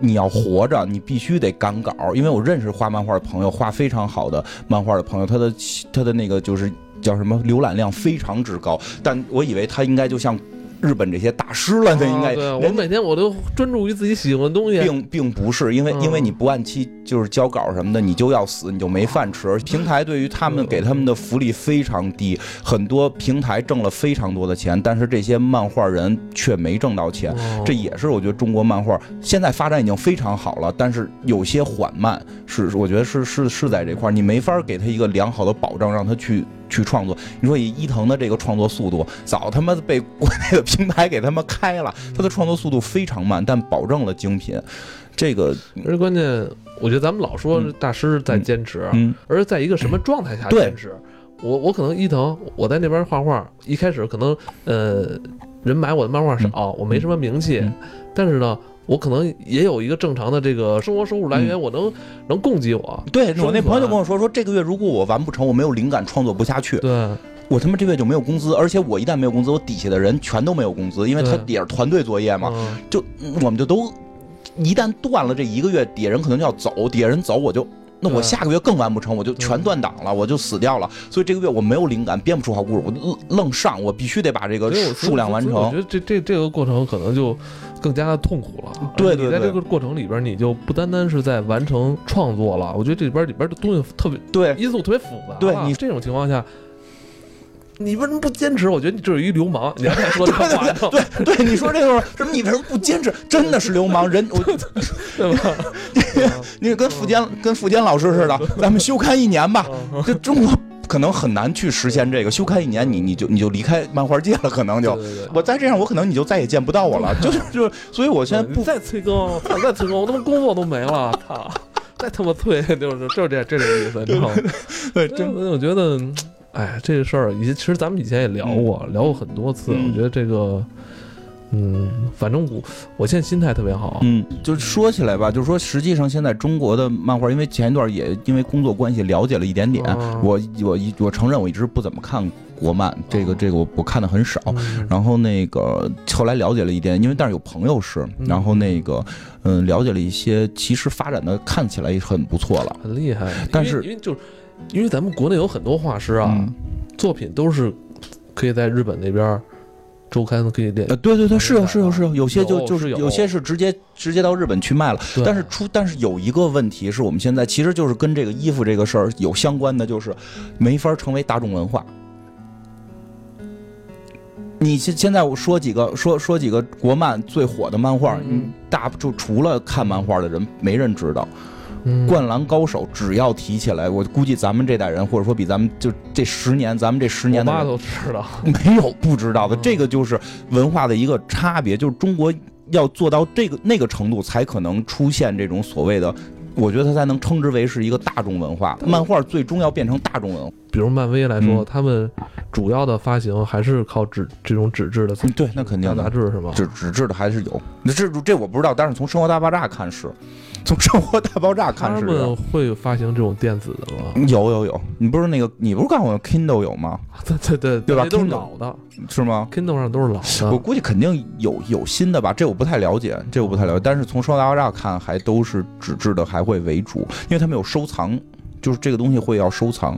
S3: 你要活着，你必须得赶稿，因为我认识画漫画的朋友，画非常好的漫画的朋友，他的他的那个就是叫什么浏览量非常之高，但我以为他应该就像日本这些大师了，那应该
S2: 啊对我
S3: 人家
S2: 每天我都专注于自己喜欢的东西。
S3: 并并不是，因为
S2: 嗯
S3: 因为你不按期就是交稿什么的，你就要死，你就没饭吃。平台对于他们给他们的福利非常低，很多平台挣了非常多的钱，但是这些漫画人却没挣到钱。
S2: 哦
S3: 这也是我觉得中国漫画现在发展已经非常好了，但是有些缓慢，是我觉得是是是在这块儿，你没法给他一个良好的保障，让他去去创作。你说以伊藤的这个创作速度，早他妈被国内的平台给他们开了，他的创作速度非常慢，但保证了精品。这个，
S2: 而且关键，我觉得咱们老说
S3: 嗯
S2: 大师在坚持，
S3: 嗯
S2: 而是在一个什么状态下
S3: 对
S2: 坚持。我我可能伊藤，我在那边画画，一开始可能呃人买我的漫画少，我没什么名气，
S3: 嗯
S2: 但是呢，我可能也有一个正常的这个生活收入来源，
S3: 嗯
S2: 我能能供给我。
S3: 对
S2: 生
S3: 我那朋友就
S2: 存
S3: 跟我说，说这个月如果我完不成，我没有灵感，创作不下去，
S2: 对，
S3: 我他妈这月就没有工资，而且我一旦没有工资，我底下的人全都没有工资，因为他
S2: 对
S3: 也是团队作业嘛。
S2: 嗯
S3: 就嗯我们就都一旦断了这一个月，底下人可能就要走，底下人走我就。那我
S2: 对
S3: 下个月更完不成，我就
S2: 对
S3: 全断档了，我就死掉了。所以这个月我没有灵感，编不出好故事，我愣愣上，我必须得把这个
S2: 所以我
S3: 数量完
S2: 所以我
S3: 成
S2: 觉。得这这这个过程可能就更加的痛苦了。而
S3: 对
S2: 且
S3: 对
S2: 你在
S3: 对
S2: 这个过程里边，你就不单单是在完成创作 [laughs] 了，我觉得这里边里边的东西特别
S3: 对
S2: 因素特别复杂了。
S3: 对你
S2: 这种情况下，你为什么不坚持？我觉得你这是一流氓，你还敢说这话呢？
S3: 对对， [laughs] 你说这个什么？你为什么不坚持？真的是流氓人，我
S2: 对吧？
S3: [laughs] 你跟付坚跟付坚老师似的，咱们休刊一年吧。
S2: 嗯
S3: 这中国可能很难去实现这个，休刊一年你你就你就离开漫画界了，可能就
S2: 对对对
S3: 我再这样，我可能你就再也见不到我了。就是就是，所以我现在
S2: 你 [laughs]
S3: 不
S2: 再催更，我操！再催更，我他妈工作都没了，操！再他妈催，就是就是这这种意思，你知道吗？
S3: 对
S2: 真
S3: 真
S2: 的，我觉得，哎，这事儿以前其实咱们以前也聊过，聊过很多次。
S3: 嗯
S2: 我觉得这个，嗯，反正我我现在心态特别好，啊
S3: 嗯，就是说起来吧，就是说实际上现在中国的漫画，因为前一段也因为工作关系了解了一点点，
S2: 哦
S3: 我我一我承认我一直不怎么看国漫，这个
S2: 哦
S3: 这个我我看的很少。
S2: 嗯
S3: 然后那个后来了解了一点，因为但是有朋友是，
S2: 嗯
S3: 然后那个嗯了解了一些，其实发展的看起来也很不错了。
S2: 很厉害。
S3: 但
S2: 因为
S3: 是
S2: 因为就是因为咱们国内有很多画师啊，
S3: 嗯
S2: 作品都是可以在日本那边儿周刊可以练
S3: 呃，，对对对，
S2: 有
S3: 是有
S2: 改
S3: 是有
S2: 了
S3: 是有，有些就
S2: 有
S3: 就是
S2: 有
S3: 有些是直接直接到日本去卖了。
S2: 对
S3: 但是出，但是有一个问题是我们现在其实就是跟这个衣服这个事儿有相关的，就是没法成为大众文化。你现现在我说几个说说几个国漫最火的漫画，
S2: 嗯
S3: 你大就除了看漫画的人，没人知道。
S2: 嗯
S3: 《灌篮高手》只要提起来，我估计咱们这代人，或者说比咱们就这十年，咱们这十年
S2: 我
S3: 的
S2: 妈
S3: 人
S2: 都知道，
S3: [laughs] 没有不知道的，
S2: 嗯
S3: 这个就是文化的一个差别，就是中国要做到这个那个程度，才可能出现这种所谓的。我觉得它才能称之为是一个大众文化，漫画最终要变成大众文化。
S2: 比如漫威来说，
S3: 嗯
S2: 他们主要的发行还是靠纸这种纸质的
S3: 嗯对，那肯定
S2: 大杂
S3: 的，
S2: 志是吗？
S3: 纸纸质的还是有。那这这我不知道，但是从《生活大爆炸》看是，从《生活大爆炸》看
S2: 他
S3: 是有
S2: 们会发行这种电子的吗？ [laughs]
S3: 有有有。你不是那个，你不是告诉我 Kindle 有吗？
S2: 对对对，
S3: 对吧
S2: 那都是
S3: Kindle
S2: 老的
S3: 是吗？
S2: ，Kindle 上都是老
S3: 我
S2: 的。
S3: 估计肯定有有新的吧，这我不太了解，这我不太了解。但是从《生活大爆炸》看，还都是纸质的，还会为主，因为他们有收藏，就是这个东西会要收藏。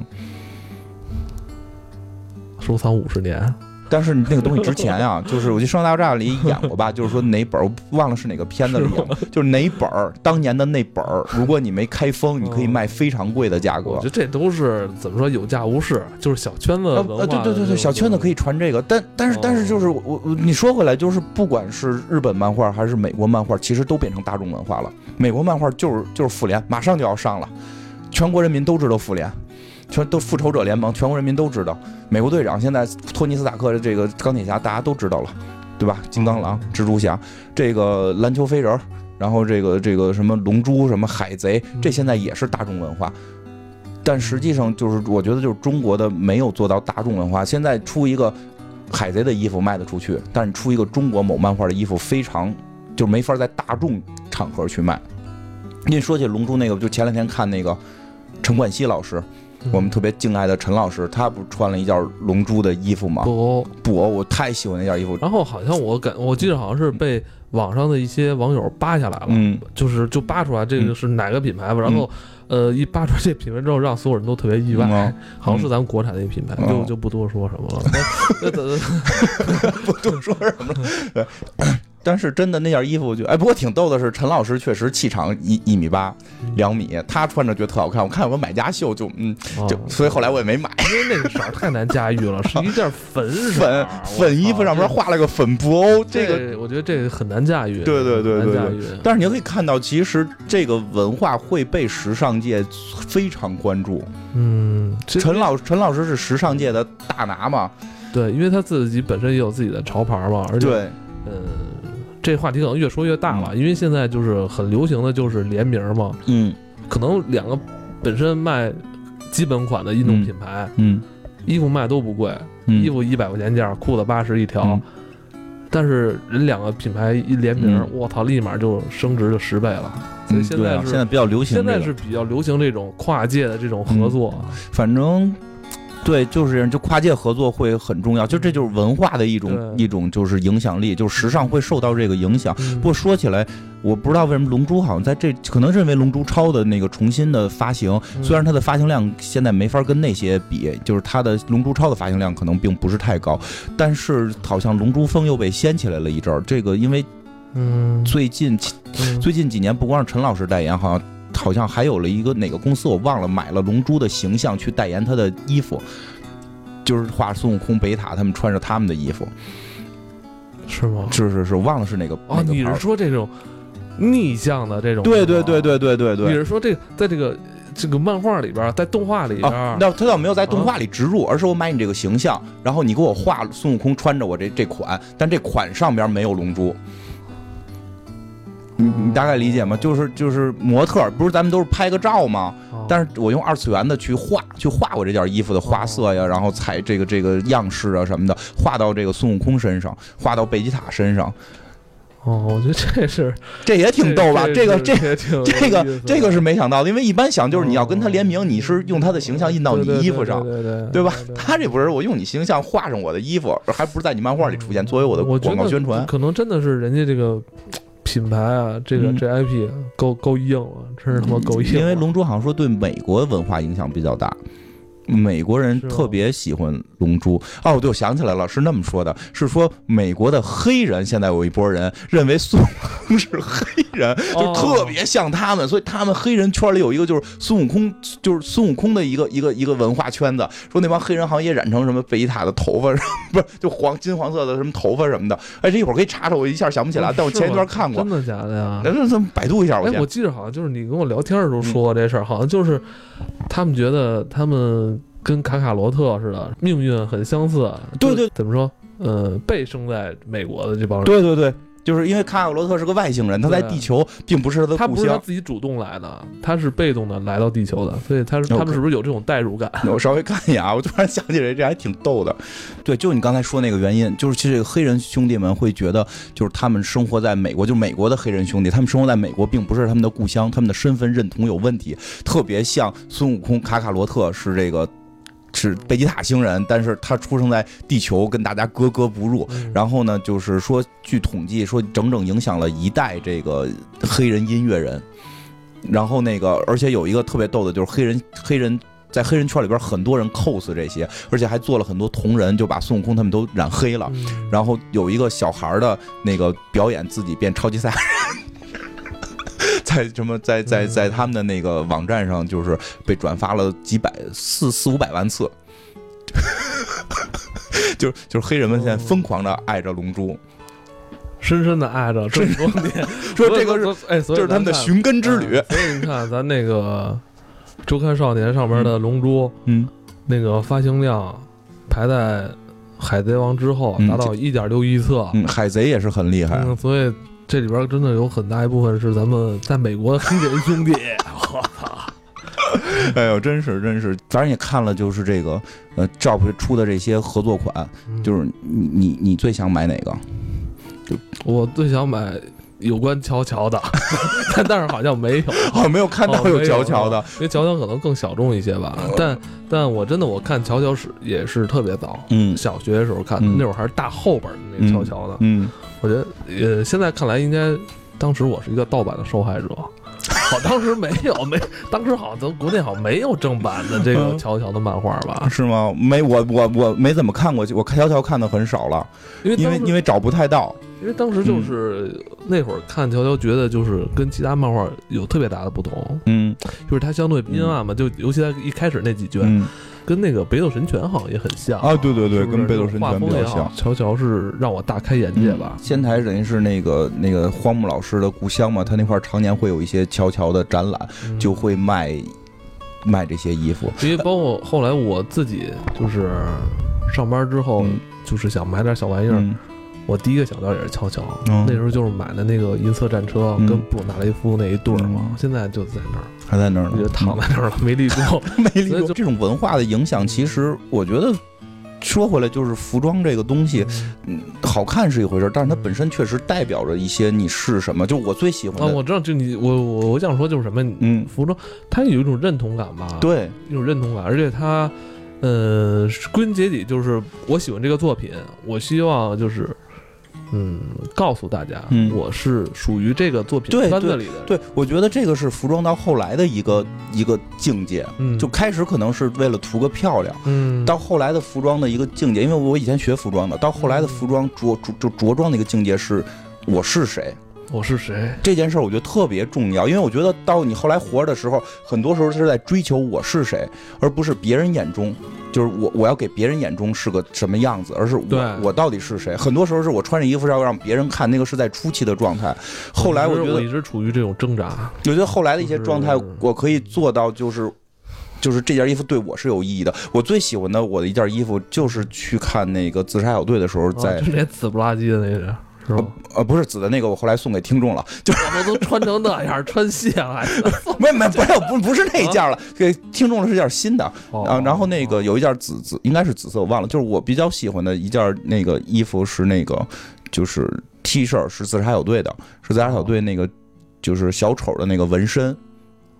S2: 收藏五十年，
S3: 但是那个东西值钱呀、就是我记得《生活大爆炸》里演过吧，就是说哪本儿我忘了是哪个片子里演，就是哪本儿当年的那本儿，如果你没开封，你可以卖非常贵的价格
S2: 哦我觉。得这都是怎么说有价无市，就是小圈子
S3: 呃
S2: 文化哦的
S3: 呃，
S2: 这
S3: 对
S2: 种。
S3: 对对对，小圈子可以传这个，但但是但是就是我我你说回来，就是不管是日本漫画还是美国漫画，其实都变成大众文化了。美国漫画就是就是复联，马上就要上了，全国人民都知道复联。全都复仇者联盟，全国人民都知道。美国队长现在托尼斯塔克的这个钢铁侠，大家都知道了，对吧？金刚
S2: 嗯
S3: 狼、蜘蛛侠，这个篮球飞人儿，然后这个这个什么龙珠、什么海贼，
S2: 嗯
S3: 这现在也是大众文化。但实际上就是，我觉得就是中国的没有做到大众文化。现在出一个海贼的衣服卖得出去，但是出一个中国某漫画的衣服非常就没法在大众场合去卖。您说起龙珠那个，就前两天看那个陈冠希老师，
S2: 嗯
S3: 我们特别敬爱的陈老师，他不是穿了一件龙珠的衣服吗？
S2: 布欧。
S3: 不，我太喜欢那件衣服。
S2: 然后好像我感，我记得好像是被网上的一些网友扒下来了，
S3: 嗯，
S2: 就是就扒出来这个是哪个品牌吧。然后呃，一扒出来这品牌之后，让所有人都特别意外，
S3: 嗯
S2: 好像是咱们国产的一品牌，
S3: 嗯
S2: 就就不多说什么
S3: [laughs]
S2: 了。那那
S3: 不多说什么了。对但是真的那件衣服，我觉得哎，不过挺逗的是，陈老师确实气场一一米八，
S2: 嗯
S3: 两米，他穿着觉得特好看。我看有个买家秀就，嗯，
S2: 那
S3: 就
S2: 啊
S3: 所以后来我也没买。
S2: 因为那个色儿太难驾驭了，是一件粉色
S3: 粉 [laughs]
S2: 儿
S3: 粉衣服上面。画了个粉布欧，
S2: 我操
S3: 这个
S2: 这我觉得这个很难驾驭，
S3: 对对对对对
S2: 很难驾驭。
S3: 但是你可以看到，其实这个文化会被时尚界非常关注。
S2: 嗯，这
S3: 陈老陈老师是时尚界的大拿嘛？
S2: 对，因为他自己本身也有自己的潮牌嘛，而且，
S3: 对，
S2: 嗯，这话题可能越说越大了，因为现在就是很流行的就是联名嘛，
S3: 嗯
S2: 可能两个本身卖基本款的运动品牌，
S3: 嗯
S2: 衣服卖都不贵，
S3: 嗯
S2: 衣服一百块钱件儿，裤子八十一条。
S3: 嗯
S2: 但是人两个品牌一联名
S3: 嗯，
S2: 我操、立马就升值了十倍了。所以
S3: 嗯，
S2: 现
S3: 对
S2: 在
S3: 啊
S2: 是
S3: 现在比较流行这
S2: 现
S3: 个。嗯
S2: 在是比较流行这种跨界的这种合作，啊
S3: 反正。对，就是这样，就跨界合作会很重要，就这就是文化的一种
S2: 对
S3: 一种就是影响力，就是时尚会受到这个影响。
S2: 嗯
S3: 不过说起来，我不知道为什么《龙珠》好像在这可能认为《龙珠超》的那个重新的发行，
S2: 嗯
S3: 虽然它的发行量现在没法跟那些比，就是它的《龙珠超》的发行量可能并不是太高，但是好像《龙珠风》又被掀起来了一阵儿。这个因为
S2: 嗯，
S3: 最近
S2: 嗯
S3: 最近几年，不光是陈老师代言，好像好像还有了一个哪个公司我忘了买了龙珠的形象去代言他的衣服。就是画孙悟空、北塔他们穿着他们的衣服，
S2: 是吗？
S3: 是是是，我忘了是哪个
S2: 啊，
S3: 哪个
S2: 你
S3: 牌
S2: 是
S3: 儿
S2: 说这种逆向的这种？
S3: 对对对，对对对对
S2: 你，是说这个在这个这个漫画里边儿，在动画里边
S3: 啊
S2: 儿，，
S3: 那他倒没有在动画里植入，而是我买你这个形象，然后你给我画孙悟空穿着我这这款，但这款上边没有龙珠。你你大概理解吗？就是就是模特儿，不是咱们都是拍个照吗？
S2: 啊
S3: 但是我用二次元的去画，去画我这件衣服的
S2: 哦
S3: 花色呀，然后采这个这个样式啊什么的，画到这个孙悟空身上，画到贝吉塔身上，
S2: 哦，我觉得这是
S3: 这也 [laughs] 挺逗吧？这个这
S2: 个挺有
S3: 这
S2: 意思啊
S3: 个
S2: 的哦
S3: 这个是没想到的，因为一般想就是你要跟他联名，你是用他的形象印到你
S2: 对对
S3: 衣服上，
S2: 对对对对
S3: 对吧？
S2: 对
S3: 他这不是我用你形象画上我的衣服，还不是在你漫画里出现作为我的
S2: 我觉
S3: 广告
S2: 得
S3: 宣传？
S2: 可能真的是人家这个品牌啊，这个
S3: 嗯
S2: 这 IP 够够硬了，真是他妈够硬了。
S3: 因为龙珠好像说对美国文化影响比较大。美国人
S2: 是吗啊
S3: 特别喜欢《龙珠》哦，对，我想起来了，是那么说的，是说美国的黑人现在有一波人认为孙悟空是黑人，就
S2: 哦
S3: 特别像他们，所以他们黑人圈里有一个就是孙悟空，就是孙悟空的一个一个一个文化圈子，说那帮黑人好像也染成什么贝吉塔的头发，不是就黄金黄色的什么头发什么的，哎，这一会儿可以查查，我一下想不起来，但我前一段看
S2: 哦
S3: 过
S2: 真，的假的呀
S3: 那？那咱们百度一下，我
S2: 哎，
S3: 先
S2: 我记着好像就是你跟我聊天的时候说过这事儿，好像就是
S3: 嗯
S2: 他们觉得他们跟卡卡罗特似的，命运很相似。啊
S3: 对
S2: 就是
S3: 对
S2: 怎么说？呃，被生在美国的这帮人，
S3: 对对对，就是因为卡卡罗特是个外星人，他在
S2: 对
S3: 地球并不是他的
S2: 他
S3: 故
S2: 不是他
S3: 乡。
S2: 自己主动来的，他是被动的来到地球的，所以他是
S3: OK
S2: 他们是不是有这种代入感？
S3: 我稍微看一眼啊，我突然想起来，这还挺逗的。对，就你刚才说那个原因，就是其实这个黑人兄弟们会觉得，就是他们生活在美国，就美国的黑人兄弟，他们生活在美国，并不是他们的故乡，他们的身份认同有问题，特别像孙悟空、卡卡罗特是这个是贝吉塔星人，但是他出生在地球，跟大家格格不入。
S2: 嗯
S3: [laughs] 然后呢，就是说，据统计说，整整影响了一代这个黑人音乐人。然后那个，而且有一个特别逗的，就是黑人黑人在黑人圈里边，很多人 cos 这些，而且还做了很多同人，就把孙悟空他们都染黑了。
S2: 嗯
S3: 然后有一个小孩儿的那个表演自己变超级赛亚 [laughs] 人，在什么在在在他们的那个网站上，就是被转发了几百四四五百万次， [laughs] 就是就是黑人们现在疯狂的爱着龙珠，
S2: 深深的爱着这么多年，
S3: 说这个是
S2: 是哎，所
S3: 这
S2: 以
S3: 是他们的
S2: 咱看
S3: 寻根之旅
S2: 嗯，所以你看，咱那个周刊少年上边的《龙珠》
S3: 嗯，
S2: 那个发行量排在《海贼王》之后，
S3: 嗯
S2: 达到一点六亿册。
S3: 嗯，海贼也是很厉害，
S2: 嗯，所以这里边真的有很大一部分是咱们在美国的黑人兄弟。我操！
S3: 哎呦，真是真是，反正也看了，就是这个呃，Jop 出的这些合作款， [laughs]
S2: 嗯
S3: 就是你你你最想买哪个？
S2: 我最想买有关乔乔的， [laughs] 但但是好像没有。
S3: 哦，没有 [laughs] 看到
S2: 哦
S3: 有
S2: 没
S3: 乔乔的，嗯
S2: 因为乔乔可能更小众一些吧。但但我真的我看乔乔是也是特别早，
S3: 嗯
S2: 小学的时候看的，
S3: 嗯
S2: 那会儿还是大后边的那个乔乔的。
S3: 嗯。
S2: 我觉得呃，现在看来应该当时我是一个盗版的受害者。 [laughs] 我当时没有没，当时好像咱国内好像没有正版的这个
S3: 嗯
S2: 乔乔的漫画吧，
S3: 是吗？没，我我我没怎么看过，我看乔乔看的很少了，
S2: 因为
S3: 因
S2: 当
S3: 为嗯
S2: 时
S3: 因为找不太到。
S2: 因为当时就是那会儿看乔乔，觉得就是跟其他漫画有特别大的不同，
S3: 嗯，
S2: 就是它相对阴暗嘛，就尤其在一开始那几卷，
S3: 嗯
S2: 跟那个北斗神拳好像也很像
S3: 啊，对对对，
S2: 是不是
S3: 跟贝斗神
S2: 画
S3: 拳比
S2: 风也
S3: 较
S2: 好
S3: 像。
S2: 乔乔是让我大开眼界吧，
S3: 嗯仙台等于是那个那个荒木老师的故乡嘛，他那块儿常年会有一些乔乔的展览，
S2: 嗯
S3: 就会卖卖这些衣服。
S2: 因为包括后来我自己就是上班之后
S3: 嗯，
S2: 就是想买点小玩意哦儿，
S3: 嗯
S2: 我第一个想到也是乔乔。
S3: 嗯
S2: 那时候就是买的那个银色战车
S3: 嗯
S2: 跟布鲁纳雷夫那一对儿嘛
S3: 嗯，
S2: 现在就在那儿，
S3: 还在那儿
S2: 我觉
S3: 呢
S2: 得，躺在那儿了，没立住。
S3: 嗯 [laughs] 没理
S2: 所以
S3: 由。
S2: 就
S3: 这种文化的影响，其实我觉得。说回来，就是服装这个东西，嗯，好看是一回事儿，但是它
S2: 嗯
S3: 本身确实代表着一些你是什么。就我最喜
S2: [laughs]
S3: 欢
S2: 啊，
S3: 的，
S2: 我知道，就你我我我想说就是什么，
S3: 嗯，
S2: 服装它有一种认同感吧，，
S3: 对，
S2: 一种认同感，而且它，呃，归根结底就是我喜欢这个作品，我希望就是。嗯，告诉大家，
S3: 嗯
S2: 我是属于这个作品
S3: 对
S2: 圈子里的人。
S3: 对，我觉得这个是服装到后来的一个一个境界。
S2: 嗯，
S3: 就开始可能是为了图个漂亮，
S2: 嗯，
S3: 到后来的服装的一个境界，因为我以前学服装的，到后来的服装着着就着装的一个境界是。我是谁
S2: 我是谁？
S3: 这件事儿，我觉得特别重要，因为我觉得到你后来活着的时候，很多时候是在追求我是谁，而不是别人眼中。就是我我要给别人眼中是个什么样子，而是
S2: 对
S3: 我我到底是谁。很多时候是我穿着衣服是要让别人看那个是在初期的状态，后来我
S2: 我
S3: 觉
S2: 一直我
S3: 得
S2: 一直处于这种挣扎，
S3: 我觉得后来的一些状态
S2: 就是，
S3: 我可以做到就是。就是这件衣服对我是有意义的。我最喜欢的我的一件衣服就是去看那个《自杀小队》的时候在，
S2: 啊就连紫不拉几的那是。是吧？
S3: 呃 [laughs] 不是紫的那个，我后来送给听众了。 [laughs]
S2: 我都穿成那样，穿卸了还。 [laughs]
S3: 没没不是不不是那一件了，给听众的是一件新的
S2: 哦
S3: 啊。然后那个有一件紫紫应该是紫色，我忘了。就是我比较喜欢的一件那个衣服是那个就是 T 恤是自杀小队的，是自杀小队那个就是小丑的那个纹身。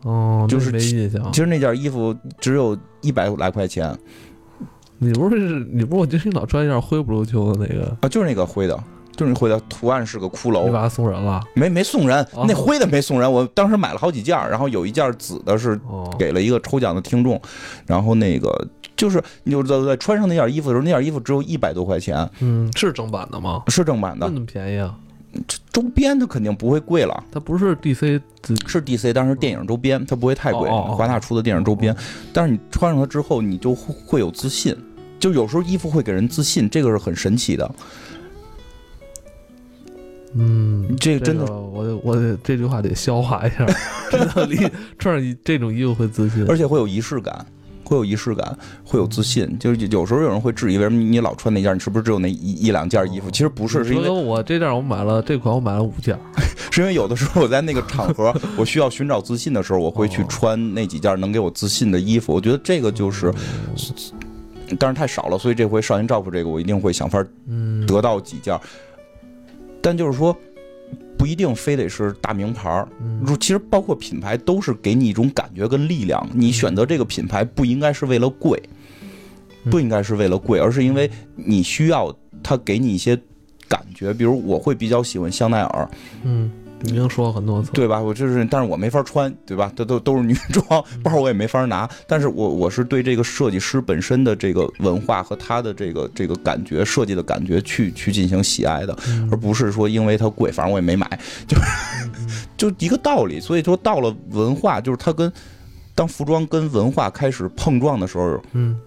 S2: 哦，
S3: 就是
S2: 那没印象
S3: 其。实那件衣服只有一百来块钱
S2: 你不是你不是我今天老穿一件灰不溜秋的那个，
S3: 啊，就是那个灰的。就是那灰的图案是个骷
S2: 你
S3: 髅，
S2: 把它送人了？
S3: 没没送人
S2: 哦，
S3: 那灰的没送人。我当时买了好几件儿，然后有一件紫的是
S2: 哦，
S3: 给了一个抽奖的听众，然后那个就是你就在在穿上那件衣服的时候，那件衣服只有一百多块钱，
S2: 嗯，是正版的吗？
S3: 是正版
S2: 那
S3: 的，
S2: 么便宜啊？
S3: 周边它肯定不会贵了。
S2: 它不是 DC 自
S3: 是 DC 当时电影周边，它不会太贵。
S2: 哦哦哦哦
S3: 华纳出的电影周边，但是你穿上它之后，你就会会有自信。就有时候衣服会给人自信，这个是很神奇的。
S2: 嗯，
S3: 这个真的
S2: 这个我我得这句话得消化一下，真的离穿上这种衣服会自信。
S3: 而且会有仪式感，会有仪式感，会有自信。就是有时候有人会质疑，为什么你老穿那件？你是不是只有那一一两件衣服？其实不是，是因
S2: 哦你
S3: 为
S2: 说哎我这件我买了这款我买了五件，
S3: 是因为有的时候我在那个
S2: [laughs]
S3: 场合，我需要寻找自信的时候，我
S2: 哦
S3: 会去穿那几件能给我自信的衣服。我觉得这个
S2: 哦
S3: 就是，但是太少了，所以这回少年照顾这个，我一定会想法
S2: 嗯，
S3: 得到几件。但就是说，不一定非得是大名牌儿。
S2: 嗯
S3: 如其实包括品牌都是给你一种感觉跟力量。你选择这个品牌不应该是为了贵，
S2: 嗯
S3: 不应该是为了贵，而是因为你需要它给你一些感觉。比如我会比较喜欢香奈儿，
S2: 嗯，已经说过很多次，
S3: 对吧？我就是，但是我没法穿，对吧？这都都是女装， [laughs] 包我也没法拿。但是我我是对这个设计师本身的这个文化和他的这个这个感觉设计的感觉去去进行喜爱的，
S2: 嗯
S3: 而不是说因为它贵，反正我也没买，就就一个道理。所以说，到了文化，就是它跟当服装跟文化开始碰撞的时候，
S2: 嗯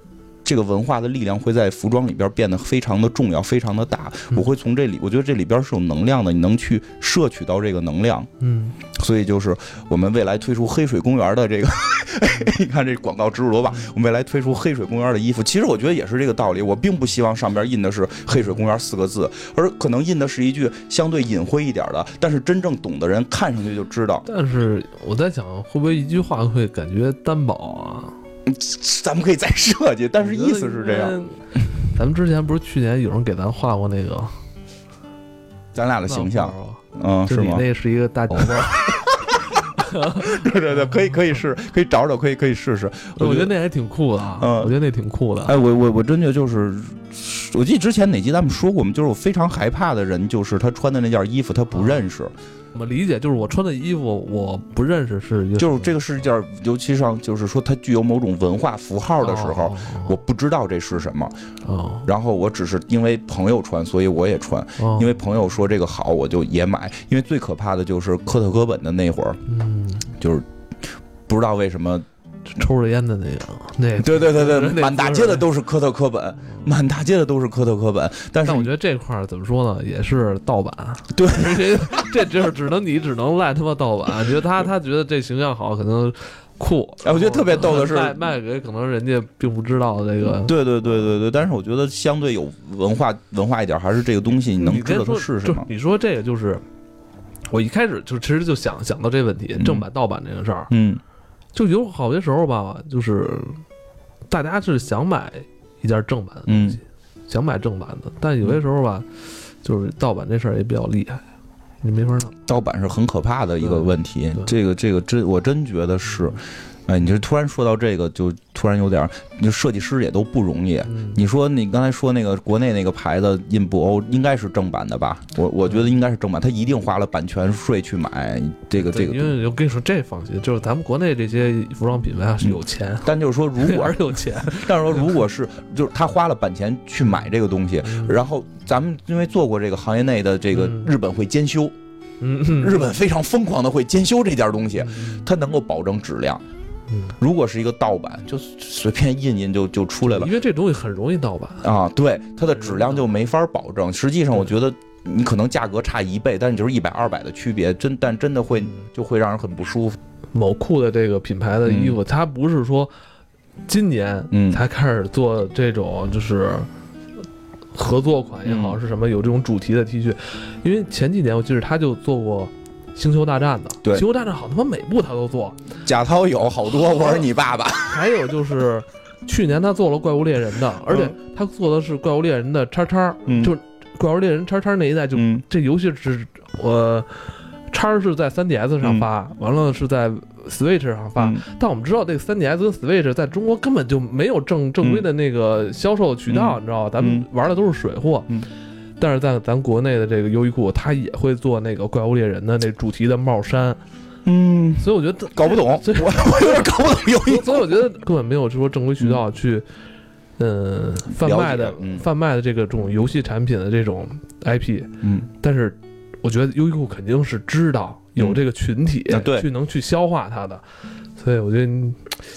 S3: 这个文化的力量会在服装里边变得非常的重要，非常的大。
S2: 嗯
S3: 我会从这里，我觉得这里边是有能量的，你能去摄取到这个能量。
S2: 嗯，
S3: 所以就是我们未来推出黑水公园的这个， [laughs] 你看这广告植入多棒！我们未来推出黑水公园的衣服，其实我觉得也是这个道理。我并不希望上边印的是“黑水公园”四个字，而可能印的是一句相对隐晦一点的，但是真正懂的人看上去就知道。
S2: 但是我在想，会不会一句话会感觉单薄啊？
S3: 咱们可以再设计，但是意思是这样。
S2: 样。咱们之前不是去年有人给咱画过那个
S3: 咱俩的形象
S2: 漫，画吗
S3: 嗯，
S2: 就是你
S3: 吗？哦
S2: 那是一个大头包，
S3: 对对对，可以可以试，可以找找，可以可以试试。
S2: 我觉得那还挺酷的啊，
S3: 嗯
S2: 我觉得那挺酷的。
S3: 哎，我我我真的就是，我记得之前哪集咱们说过，我们就是我非常害怕的人，就是他穿的那件衣服他
S2: 啊
S3: 不认识，
S2: 怎么理解？就是我穿的衣服我不认识是一个
S3: 就是这个是一件，尤其上就是说它具有某种文化符号的时候，我不知道这是什么，
S2: 哦，
S3: 然后我只是因为朋友穿，所以我也穿，
S2: 哦
S3: 因为朋友说这个好，我就也买。因为最可怕的就是科特·科本的那会儿，
S2: 嗯，
S3: 就是不知道为什么，
S2: 抽着烟的那个，那
S3: 对对对对
S2: 那，那
S3: 满大街的都是科特·科本，满大街的都是科特·科本，但是
S2: 但我觉得这块儿怎么说呢，也是盗版。
S3: [laughs] 对，
S2: [laughs] 这这只有只能你只能赖他妈盗版。觉得他他觉得这形象好，可能酷。
S3: 哎我觉得特别逗的是
S2: 卖卖给可能人家并不知道这个。
S3: 嗯对对对对对，但是我觉得相对有文化文化一点，还是这个东西你能
S2: 你
S3: 知
S2: 先
S3: 道它
S2: 说
S3: 是什
S2: 就
S3: 么。
S2: 你说这个就是，我一开始就其实就想想到这问题，
S3: 嗯
S2: 正版盗版这个事儿，
S3: 嗯
S2: 就有好些时候吧，就是大家是想买一件正版的
S3: 嗯
S2: 东西，想买正版的，但有些时候吧，就是盗版这事儿也比较厉害，你没法弄。
S3: 盗版是很可怕的一个问题
S2: 对对，嗯
S3: 这个这个真我真觉得是，哎，你这突然说到这个，就突然有点儿，就设计师也都不容易。
S2: 嗯，
S3: 你说你刚才说那个国内那个牌子印布欧应该是正版的吧？我我觉得
S2: 嗯
S3: 应该是正版，他一定花了版权税去买这个
S2: 对
S3: 这个
S2: 因
S3: 东西。
S2: 为我跟你说这放心，就是咱们国内这些服装品牌啊是有钱，
S3: 但就是说，如
S2: 这
S3: 果
S2: [laughs] 玩意儿有钱，
S3: 但是说如果是就是他花了版权去买这个东西，嗯然后咱们因为做过这个行业内的这个
S2: 嗯
S3: 日本会监修，
S2: 嗯，嗯
S3: 日本非常疯狂的会监修这件东西，
S2: 嗯
S3: 它能够保证质量。
S2: 嗯
S3: 如果是一个盗版，就随便印印就就出来了
S2: 因为这东西很容易盗版。
S3: 啊。对，它的质量就没法保证。实际上，我觉得你可能价格差一倍，但是就是一百二百的区别，真但真的会就会让人很不舒服。
S2: 某库的这个品牌的衣服，它不是说今年
S3: 嗯
S2: 才开始做这种就是合作款也好，
S3: 嗯
S2: 是什么有这种主题的 T 恤，因为前几年我记得他就做过。星球大战的，
S3: 对
S2: 星球大战好他妈每部他都做，
S3: 贾涛有好多，我是你爸爸。
S2: 还有 [laughs] 就是去年他做了怪物猎人的，而且他做的是怪物猎人的叉叉，
S3: 嗯
S2: 就怪物猎人叉叉那一代就
S3: 嗯
S2: 这游戏只我叉儿是在 3DS 上发，完了是在 Switch 上发。
S3: 嗯
S2: 但我们知道，这个 3DS 跟 Switch 在中国根本就没有正正规的那个销售渠道，
S3: 嗯
S2: 你知道吧？咱们玩的都是水货。
S3: 嗯
S2: 但是在咱国内的这个优衣库，它也会做那个怪物猎人的那主题的帽衫，
S3: 嗯，
S2: 所以我觉得，
S3: 搞不懂， [laughs] 我
S2: 这
S3: 我有点搞不懂 [laughs] 游戏。
S2: 所以我觉得根本没有说正规渠道去，嗯，贩卖
S3: 了
S2: 的
S3: 解嗯
S2: 贩卖的这个这种游戏产品的这种 IP，
S3: 嗯，
S2: 但是我觉得优衣库肯定是知道有这个群体
S3: 嗯啊对
S2: 去能去消化它的，所以我觉得你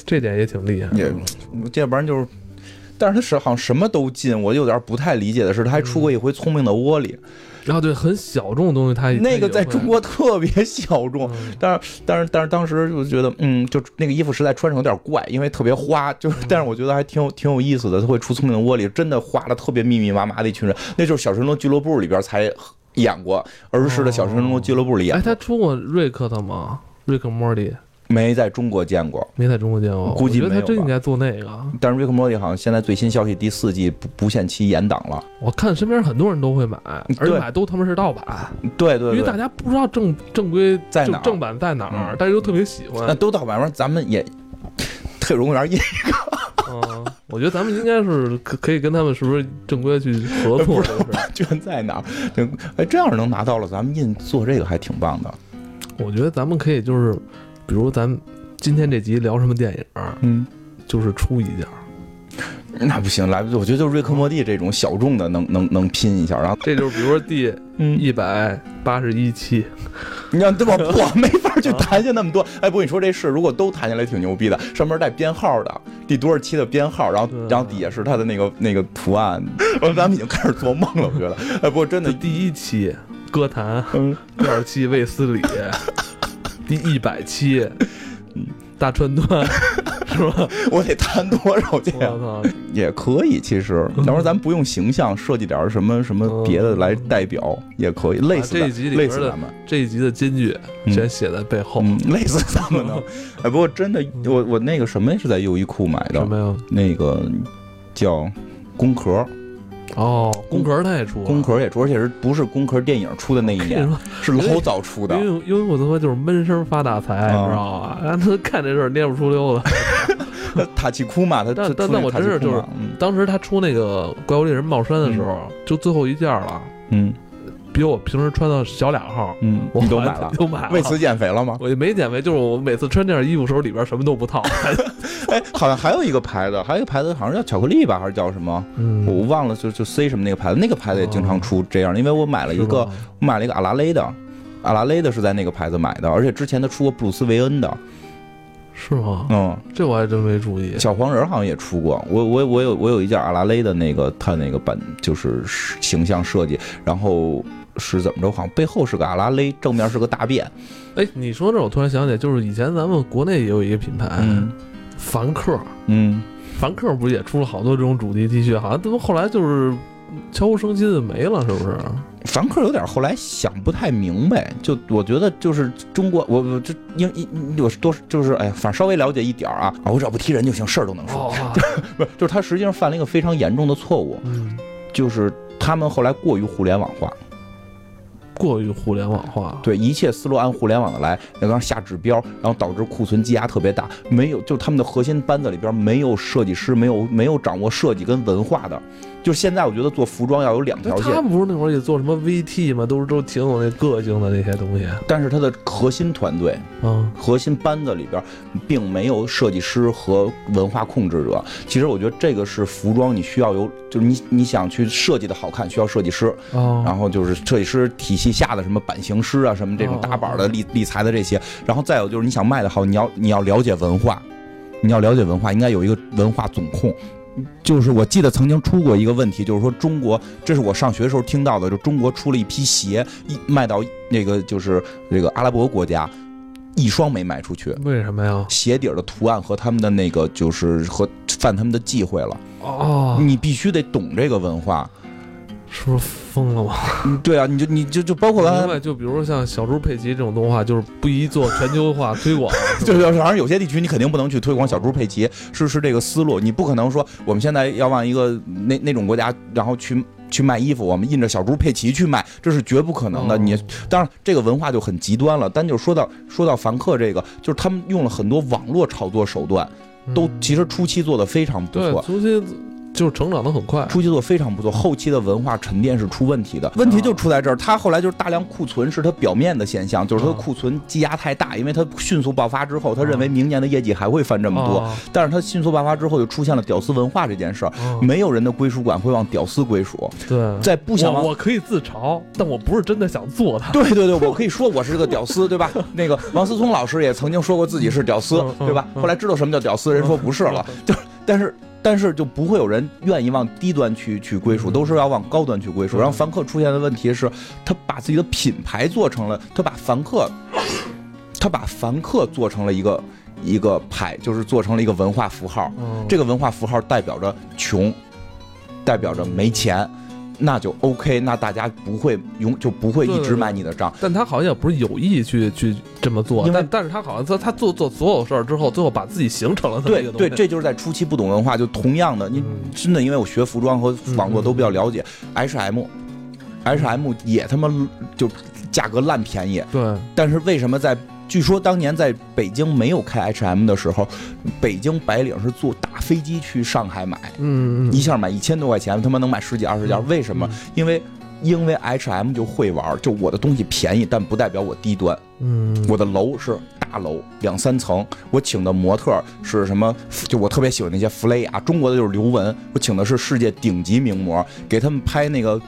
S2: 这点也挺厉害。
S3: 也，要不然就是，但是他是好像什么都进，我有点不太理解的是，他还出过一回《聪明的窝里
S2: 然后对很小众的东西它，它》，
S3: 那个
S2: 也
S3: 在
S2: 会
S3: 中国特别小众。
S2: 嗯
S3: 但是，但是，但是，当时就觉得，嗯，就那个衣服实在穿上有点怪，因为特别花。就是，但是我觉得还挺有挺有意思的。他会出《聪明的窝》里，真的花了特别密密麻麻的一群人，那就是《小神龙俱乐部》里边才演过儿时的《小神龙俱乐部》里演
S2: 哎，
S3: 过，
S2: 他出过瑞克的吗？瑞克莫蒂
S3: 没在中国见过。
S2: 没在中国见过，
S3: 估计
S2: 我觉得他
S3: 没有
S2: 真
S3: 吧
S2: 应该做那个。
S3: 但是《瑞克莫蒂》好像现在最新消息，第四季不不限期延档了。
S2: 我看身边很多人都会买，而且
S3: 嗯对
S2: 买都他妈是盗版，
S3: 对对
S2: 因
S3: 对，
S2: 为大家不知道正正规
S3: 在
S2: 正
S3: 哪儿
S2: 正版在哪儿，
S3: 嗯
S2: 但是又特别喜
S3: 那
S2: [laughs] 欢。
S3: 都到晚上，咱们也 [laughs] 退荣园也
S2: 嗯，我觉得咱们应该是可可以跟他们是不是正规去合作这个
S3: 不知道
S2: 事
S3: [laughs]
S2: 儿？
S3: 版权在哪儿。对哎，这要是能拿到了，咱们印做这个还挺棒的。
S2: 我觉得咱们可以就是，比如咱今天这集聊什么电影儿，
S3: 嗯，
S2: 就是出一件儿，
S3: 那不行，来不及。我觉得就是瑞克莫蒂这种小众的能能能拼一下，然后
S2: 这就是比如说第
S3: 嗯，
S2: 一百八十一期，
S3: 你要对吧？我没法去谈下那
S2: [laughs]
S3: 么多。哎，不过你说这事，如果都谈下来挺牛逼的，上面带编号的，第多少期的编号，然后
S2: 对
S3: 然后底下是它的那个那个图案。 [laughs] 咱们已经开始做梦了，我觉得。哎，不过真
S2: 就
S3: 的，
S2: 第一期歌
S3: [laughs]
S2: 坛，
S3: 嗯，
S2: 第二期卫
S3: [laughs]
S2: 斯理，第一百期大川
S3: [laughs]
S2: 端，是吧？
S3: 我得谈多
S2: [laughs]
S3: 少去
S2: 我
S3: 呀？
S2: 操，
S3: 也可以，其实，
S2: 嗯
S3: 要不然咱不用形象设计点儿什么什么别的来代表也可以，累死
S2: 这
S3: 咱
S2: 一集里
S3: 累
S2: 边
S3: 死
S2: 的
S3: 咱们，
S2: 这一集的金句
S3: 嗯
S2: 全写在背后，
S3: 嗯，累死咱们
S2: [laughs]
S3: 呢。哎，不过真的，我我那个什么是在优衣库买
S2: 什
S3: 的，
S2: 么呀？
S3: 那个叫工壳，
S2: 哦，宫格他也出了，
S3: 工壳也出，而且是不是工壳电影出的那一
S2: 跟
S3: 年
S2: [laughs] 你，说，
S3: 是老早出的。
S2: 因为因为我他妈就是闷声发大财，
S3: 啊
S2: 你知道吧？让 [laughs] 他干这事儿捏不出溜子。
S3: 塔奇库嘛，他
S2: 但
S3: 他
S2: 但
S3: 出那
S2: 但我
S3: 塔奇
S2: 真是
S3: 库
S2: 就是
S3: 嘛嗯
S2: 当时他出那个怪物猎人帽衫的时候，就最后一件了，
S3: 嗯
S2: 比我平时穿的小俩号，
S3: 嗯，
S2: 我
S3: 你都
S2: 还
S3: 买了，
S2: 都买了。
S3: 为此减肥
S2: [laughs]
S3: 了吗？
S2: 我也没减肥，就是我每次穿这件衣服的时候，里边什么都不
S3: [laughs]
S2: 套。
S3: 哎，好像还有一个牌子，还有一个牌子好像叫巧克力吧，还是叫什么？
S2: 嗯，
S3: 我忘了就就 C 什么那个牌子，那个牌子也经常出这样，因为我买了一个，我买了一个阿拉蕾的，阿拉蕾的是在那个牌子买的，而且之前他出过布鲁斯韦恩的，
S2: 是吗？
S3: 嗯，
S2: 这我还真没注意。
S3: 小黄人好像也出过，我我我有我有一件阿拉蕾的那个他那个版就是形象设计，然后是怎么着，好像背后是个阿拉蕾，正面是个大便，
S2: 哎，你说这，我突然想起来，就是以前咱们国内也有一个品牌，凡客，
S3: 嗯，
S2: 凡客不是也出了好多这种主题 T 恤，好像都后来就是悄无声息的没了，是不是？
S3: 凡客有点后来想不太明白，就我觉得就是中国，我我这英英我多就是哎呀，反正稍微了解一点儿啊，啊我只要不踢人就行，事儿都能说。
S2: 哦，
S3: 不是，就是他实际上犯了一个非常严重的错误，
S2: 嗯，
S3: 就是他们后来过于互联网化，
S2: [laughs] 过于互联网化。
S3: 对一切思路按互联网的来，然后下指标，然后导致库存积压特别大，没有就他们的核心班子里边没有设计师，没有没有掌握设计跟文化的。就现在，我觉得做服装要有两条
S2: 他
S3: 线，
S2: 们不是那会儿也做什么 VT 嘛，都是都挺有那个性的那些东西。啊
S3: 但是它的核心团队、
S2: 嗯，
S3: 核心班子里边，并没有设计师和文化控制者。其实我觉得这个是服装，你需要有，就是你你想去设计的好看，需要设计师。
S2: 哦，
S3: 然后就是设计师体系下的什么版型师啊，什么这种
S2: 哦
S3: 打板的立立裁的这些，然后再有就是你想卖的好，你要你要了解文化，你要了解文化，应该有一个文化总控。就是我记得曾经出过一个问题，就是说中国，这是我上学的时候听到的，就中国出了一批鞋，一卖到那个就是这个阿拉伯国家，一双没卖出去，
S2: 为什么呀？
S3: 鞋底儿的图案和他们的那个就是和犯他们的忌讳了。
S2: 哦，
S3: 你必须得懂这个文化，
S2: 是不是疯了吗？
S3: 嗯对啊，你就你就就包括刚
S2: 另
S3: 才
S2: 外，就比如像小猪佩奇这种动画，就是不宜做全球化推广。
S3: [laughs] 就是反正有些地区你肯定不能去推广小猪佩奇，是是这个思路，你不可能说我们现在要往一个那那种国家，然后去去卖衣服，我们印着小猪佩奇去卖，这是绝不可能
S2: 哦
S3: 的。你当然这个文化就很极端了，但就说到说到凡客这个，就是他们用了很多网络炒作手段，都
S2: 嗯
S3: 其实初期做的非常不
S2: 对
S3: 错，。
S2: 足球就是成长的很快。
S3: 初期做得非常不错，后期的文化沉淀是出问题的，问题就出在这儿。他后来就是大量库存是他表面的现象，就是他的
S2: 啊
S3: 库存积压太大，因为他迅速爆发之后，他认为明年的业绩还会翻这么多，
S2: 哦
S3: 但是他迅速爆发之后就出现了屌丝文化这件事儿，
S2: 哦
S3: 没有人的归属感会往屌丝归属，
S2: 对，
S3: 在不想
S2: 我
S3: 往。
S2: 我可以自嘲，但我不是真的想做它。
S3: 对对对，我可以说我是个屌丝，
S2: [laughs]
S3: 对吧？那个王思聪老师也曾经说过自己是屌丝
S2: 嗯，嗯
S3: 对吧？
S2: 嗯
S3: 后来知道什么叫屌丝，人说不是了，就是但是但是就不会有人愿意往低端去去归属，
S2: 嗯
S3: 都是要往高端去归属。
S2: 嗯
S3: 然后凡客出现的问题是，他把自己的品牌做成了，他把凡客，他把凡客做成了一个一个牌，就是做成了一个文化符号。
S2: 嗯，
S3: 这个文化符号代表着穷，代表着没钱，那就 OK，那大家不会永就不会
S2: 对
S3: 一
S2: 对
S3: 直
S2: 对
S3: 买你的账。
S2: 但他好像也不是有意去去这么做，
S3: 因为
S2: 但但是他好像他他做做所有事儿之后，最后把自己形成了这么一
S3: 对
S2: 个东
S3: 对，
S2: 西。
S3: 这就是在初期不懂文化，就同样的，你
S2: 嗯
S3: 真的因为我学服装和网络都比较了解，H M。H M 也他妈就价格烂便宜，
S2: 对
S3: 但是为什么在据说当年在北京没有开 H M 的时候，北京白领是坐大飞机去上海买，
S2: 嗯嗯
S3: 一下买一千多块钱，他妈能买十几二十件，为什么？因为因为 H M 就会玩，就我的东西便宜，但不代表我低端。
S2: 嗯，嗯
S3: 我的楼是大楼，两三层，我请的模特是什么？就我特别喜欢那些弗雷亚，中国的就是刘雯，我请的是世界顶级名模，给他们拍那个。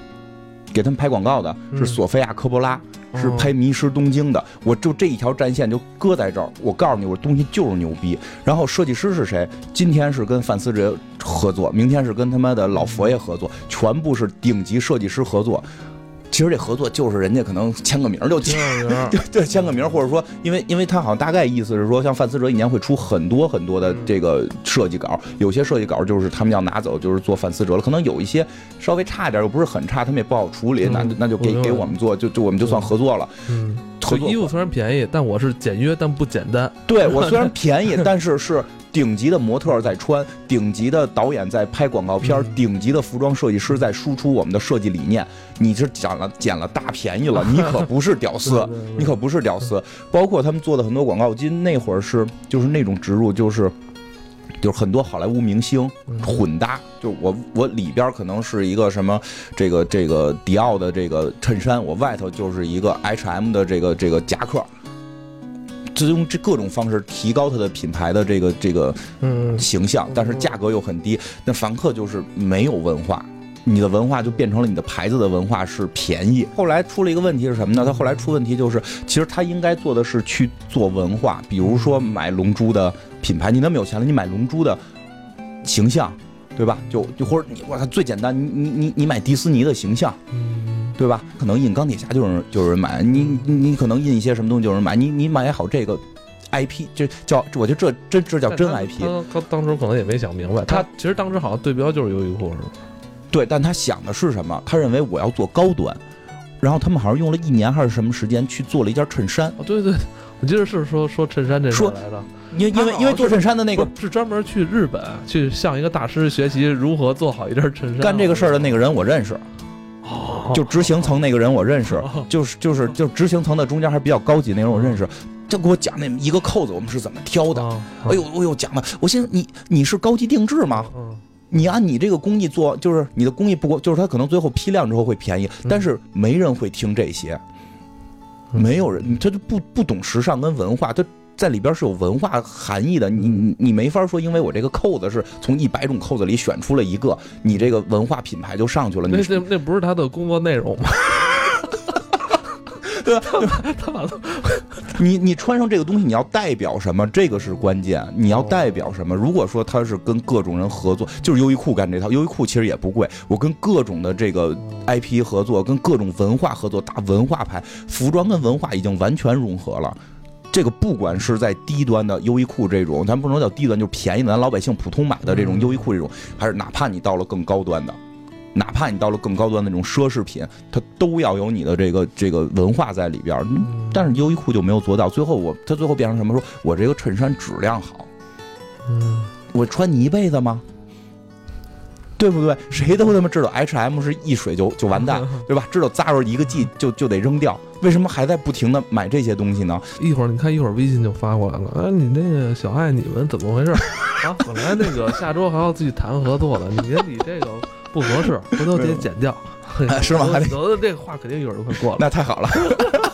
S3: 给他们拍广告的是
S2: 嗯
S3: 索菲亚·科波拉，
S2: 哦
S3: 是拍《迷失东京》的。我就这一条战线就搁在这儿，我告诉你，我东西就是牛逼。然后设计师是谁？今天是跟范思哲合作，明天是跟他妈的老佛爷合作，全部是顶级设计师合作。其实这合作就是人家可能签个名儿就签
S2: 挺有名儿
S3: [laughs] 对对，签个名儿，或者说，因为因为他好像大概意思是说，像范思哲一年会出很多很多的这个设计稿，有些设计稿就是他们要拿走，就是做范思哲了。可能有一些稍微差一点儿，又不是很差，他们也不好处理，那
S2: 嗯
S3: 那就给
S2: 我明白
S3: 给我们做，就就我们就算合作了。
S2: 嗯，
S3: 合
S2: [laughs] 就
S3: 作
S2: 衣服虽然便宜，但我是简约但不简单。
S3: 对我
S2: [laughs]
S3: 虽然便宜，但是是顶级的模特儿在穿，顶级的导演在拍广告片儿，
S2: 嗯
S3: 顶级的服装设计师在输出我们的设计理念。你是捡了捡了大便宜了，你可不是
S2: [laughs]
S3: 屌丝。
S2: 对对对
S3: 你可不是屌丝。包括他们做的很多广告，我记得那会儿是就是那种植入，就是就是很多好莱坞明星
S2: 嗯
S3: 混搭，就我我里边可能是一个什么这个这个迪奥的这个衬衫，我外头就是一个 H M 的这个这个夹克。就用这各种方式提高它的品牌的这个这个
S2: 嗯，
S3: 形象，但是价格又很低。那凡客就是没有文化，你的文化就变成了你的牌子的文化是便宜。后来出了一个问题是什么呢？他后来出问题就是，其实他应该做的是去做文化，比如说买龙珠的品牌，你那么有钱了，你买龙珠的形象。对吧？就就或者你我操，最简单，你你你你买迪士尼的形象，
S2: 嗯
S3: 对吧？可能印钢铁侠就有人就有人买，你你你可能印一些什么东西就有人买，你你买好这个 IP，这叫我觉得这这这叫真
S2: 但
S3: IP。
S2: 他他他当时可能也没想明白，他
S3: 他
S2: 其实当时好像对标就是优衣库，是吧？
S3: 对，但他想的是什么？他认为我要做高端，然后他们好像用了一年还是什么时间去做了一件衬衫，
S2: 哦，对对，对我记得是说说衬衫这事儿
S3: 说
S2: 来着，
S3: 因为因
S2: 他好
S3: 为
S2: 像
S3: 因为做衬衫的那
S2: 那
S3: 个
S2: 是专门去日本去向一个大师学习如何做好一件衬衫，
S3: 干这个事儿的那个人我认识，
S2: 哦，
S3: 就执行层那个人我认识，
S2: 哦
S3: 就是就是就执行层的中间还比较高级那种我认识，就给我讲那一个扣子我们是怎么挑的。
S2: 哦
S3: 哎呦，哎呦，讲的，我心想你你是高级定制吗？
S2: 嗯
S3: 你按你这个工艺做，就是你的工艺不过，就是它可能最后批量之后会便宜，
S2: 嗯
S3: 但是没人会听这些，
S2: 嗯
S3: 没有人，他就不不懂时尚跟文化，他在里边是有文化含义的，你你你没法说，因为我这个扣子是从一百种扣子里选出了一个，你这个文化品牌就上去了，
S2: 那 [laughs]
S3: 你
S2: 那那不是他的工作内容吗？
S3: [laughs] 对啊吧？
S2: 他把
S3: 你你穿上这个东西，你要代表什么？这个是关键，你要代表什么？如果说他是跟各种人合作，就是优衣库干这套，优衣库其实也不贵，我跟各种的这个 IP 合作，跟各种文化合作，打文化牌，服装跟文化已经完全融合了。这个不管是在低端的优衣库这种，咱不能叫低端，就是便宜的，咱老百姓普通买的这种优衣库这种，还是哪怕你到了更高端的，哪怕你到了更高端的那种奢侈品，它都要有你的这个这个文化在里边儿。嗯但是优衣库就没有做到，最后我它最后变成什么？说我这个衬衫质量好，
S2: 嗯，
S3: 我穿你一辈子吗？对不对？谁都他妈知道 H M 是一水就就完蛋，
S2: [laughs]
S3: 对吧？知道 Zara 一个季就就得扔掉，为什么还在不停的买这些东西呢？
S2: 一会儿你看，一会儿微信就发过来了。啊，你那个小爱，你们怎么回事？啊，本来那个下周还要自己谈合作的，你你这个不合适，回头得剪掉。
S3: 啊是吗还得
S2: 得这个话肯定一会儿就快过了。
S3: [laughs] 那太好了。 [laughs]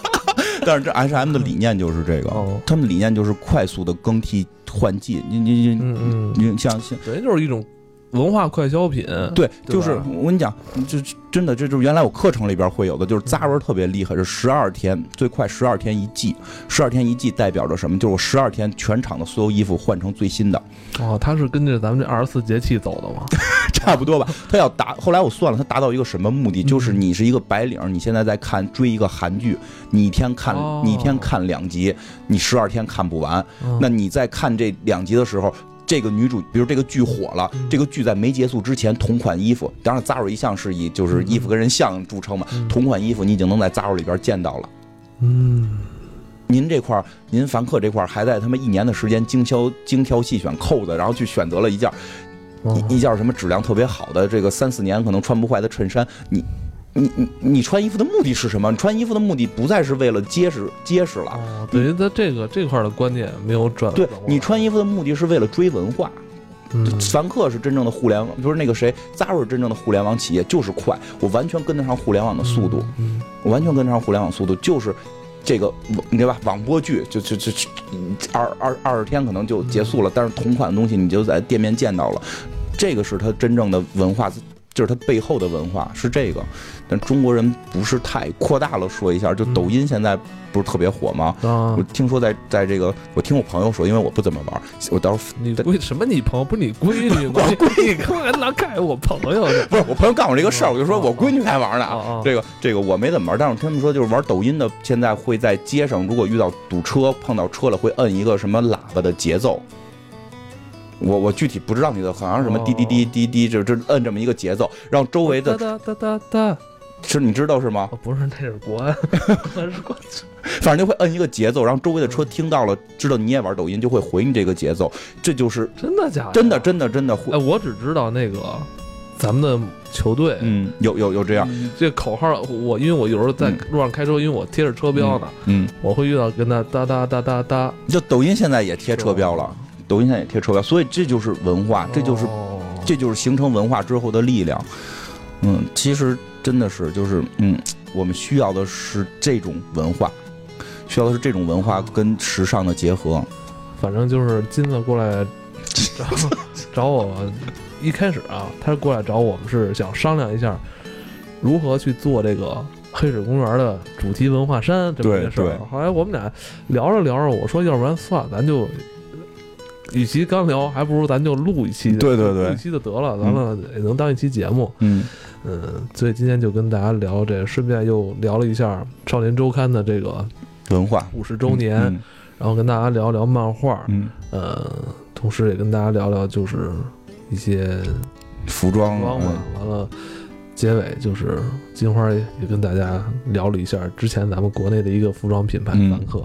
S3: 但是这 H M 的理念就是这个，
S2: 哦，
S3: 他们的理念就是快速的更替换季。你你你
S2: 嗯嗯，
S3: 你像像
S2: 等于就是一种文化快消品。
S3: 对，
S2: 嗯对
S3: 就是
S2: 吧
S3: 我跟你讲，就真的这就是原来我课程里边会有的，就是 Zara 特别厉害，是十二天最快十二天一季，十二天一季代表着什么？就是我十二天全场的所有衣服换成最新的， [laughs]
S2: 哦，它是跟着咱们这二十四节气走的嘛。
S3: 差不多吧。他要达，后来我算了，他达到一个什么目的？就是
S2: 嗯
S3: 你是一个白领，你现在在看追一个韩剧，你一天看
S2: 哦
S3: 你一天看两集，你十二天看不完，
S2: 嗯
S3: 那你在看这两集的时候，这个女主，比如这个剧火了，
S2: 嗯
S3: 这个剧在没结束之前，同款衣服，当然 Zara 一向是以就是衣服跟人像著称嘛，
S2: 嗯
S3: 同款衣服你已经能在 Zara 里边见到了。
S2: 嗯，
S3: 您这块儿，您凡客这块儿还在他妈一年的时间精挑精挑细选扣子，然后去选择了一件
S2: 哦
S3: 一一件什么质量特别好的这个三四年可能穿不坏的衬衫，你。你你你穿衣服的目的是什么？你穿衣服的目的不再是为了结实结实了，
S2: 哦，等于它这个这块儿的观念没有转。
S3: 对你穿
S2: 衣，
S3: 衣服的目的是为了追文化。
S2: 嗯
S3: 凡客是真正的互联网，不是那个谁，Zara 真正的互联网企业就是快，我完全跟得上互联网的速度，，
S2: 嗯
S3: 我完全跟得上互联网速度，就是这个对吧？网播剧就就就嗯二二二十天可能就结束了，但是同款的东西你就在店面见到了，这个是它真正的文化。这是它背后的文化是这个，但中国人不是太扩大了说一下，就
S2: 嗯
S3: 抖音现在不是特别火吗？
S2: 嗯啊
S3: 我，听说在在这个，我听我朋友说，因为我不怎么玩，我到时候
S2: 你闺什么？你朋友不是你闺女
S3: [laughs]
S2: 吗？我闺女干嘛老改我朋友呢？
S3: 不是我朋友告诉我这个事
S2: 嗯
S3: 儿，我就说我闺女才玩呢
S2: 哦哦
S3: 啊。这个这个我没怎么玩，但是他们说就是玩抖音的，现在会在街上如果遇到堵车碰到车了，会摁一个什么喇叭的节奏。我我具体不知道你的，好像是什么
S2: 哦
S3: 滴滴滴滴滴，这这摁这么一个节奏，让周围的
S2: 哒哒哒哒哒，
S3: 是你知道是吗？
S2: 哦，不是，那是国安， [laughs] 那是国安。
S3: 反正就会摁一个节奏，让周围的
S2: 嗯
S3: 车听到了，知道你也玩抖音，就会回你这个节奏。这就是
S2: 真的假的？
S3: 真的真的真的
S2: 哎，
S3: 会，
S2: 我只知道那个咱们的球队、
S3: 嗯，有有有这样，
S2: 这口号，我因为我有时候在
S3: 嗯
S2: 路上开车，因为我贴着车标呢，
S3: 嗯，
S2: 我会遇到跟他哒哒哒哒哒
S3: 就抖音现在也贴车标了
S2: 哦，
S3: 抖音现在也贴车标，所以这就是文化，这就是
S2: 哦
S3: 这就是形成文化之后的力量。嗯，其实真的是，就是嗯，我们需要的是这种文化，需要的是这种文化跟时尚的结合。
S2: 反正就是金子过
S3: [laughs]
S2: 来找找我，一开始啊，他过来找我们是想商量一下如何去做这个黑水公园的主题文化衫这么一个事
S3: 对
S2: 儿啊
S3: 对。
S2: 后来我们俩聊着聊着，我说要不然算了，咱就与其刚聊，还不如咱就录一期，
S3: 对对对
S2: 录一期就得了，咱们也能当一期节目。
S3: 嗯，
S2: 嗯，所以今天就跟大家聊这，顺便又聊了一下《少年周刊》的这个
S3: 文化
S2: 五十周年，
S3: 嗯
S2: 然后跟大家聊聊漫画。
S3: 嗯，
S2: 呃，同时也跟大家聊聊就是一些
S3: 服装
S2: 光吧。
S3: 嗯
S2: 完了，结尾就是金花也跟大家聊了一下之前咱们国内的一个服装品牌
S3: 嗯
S2: 凡客。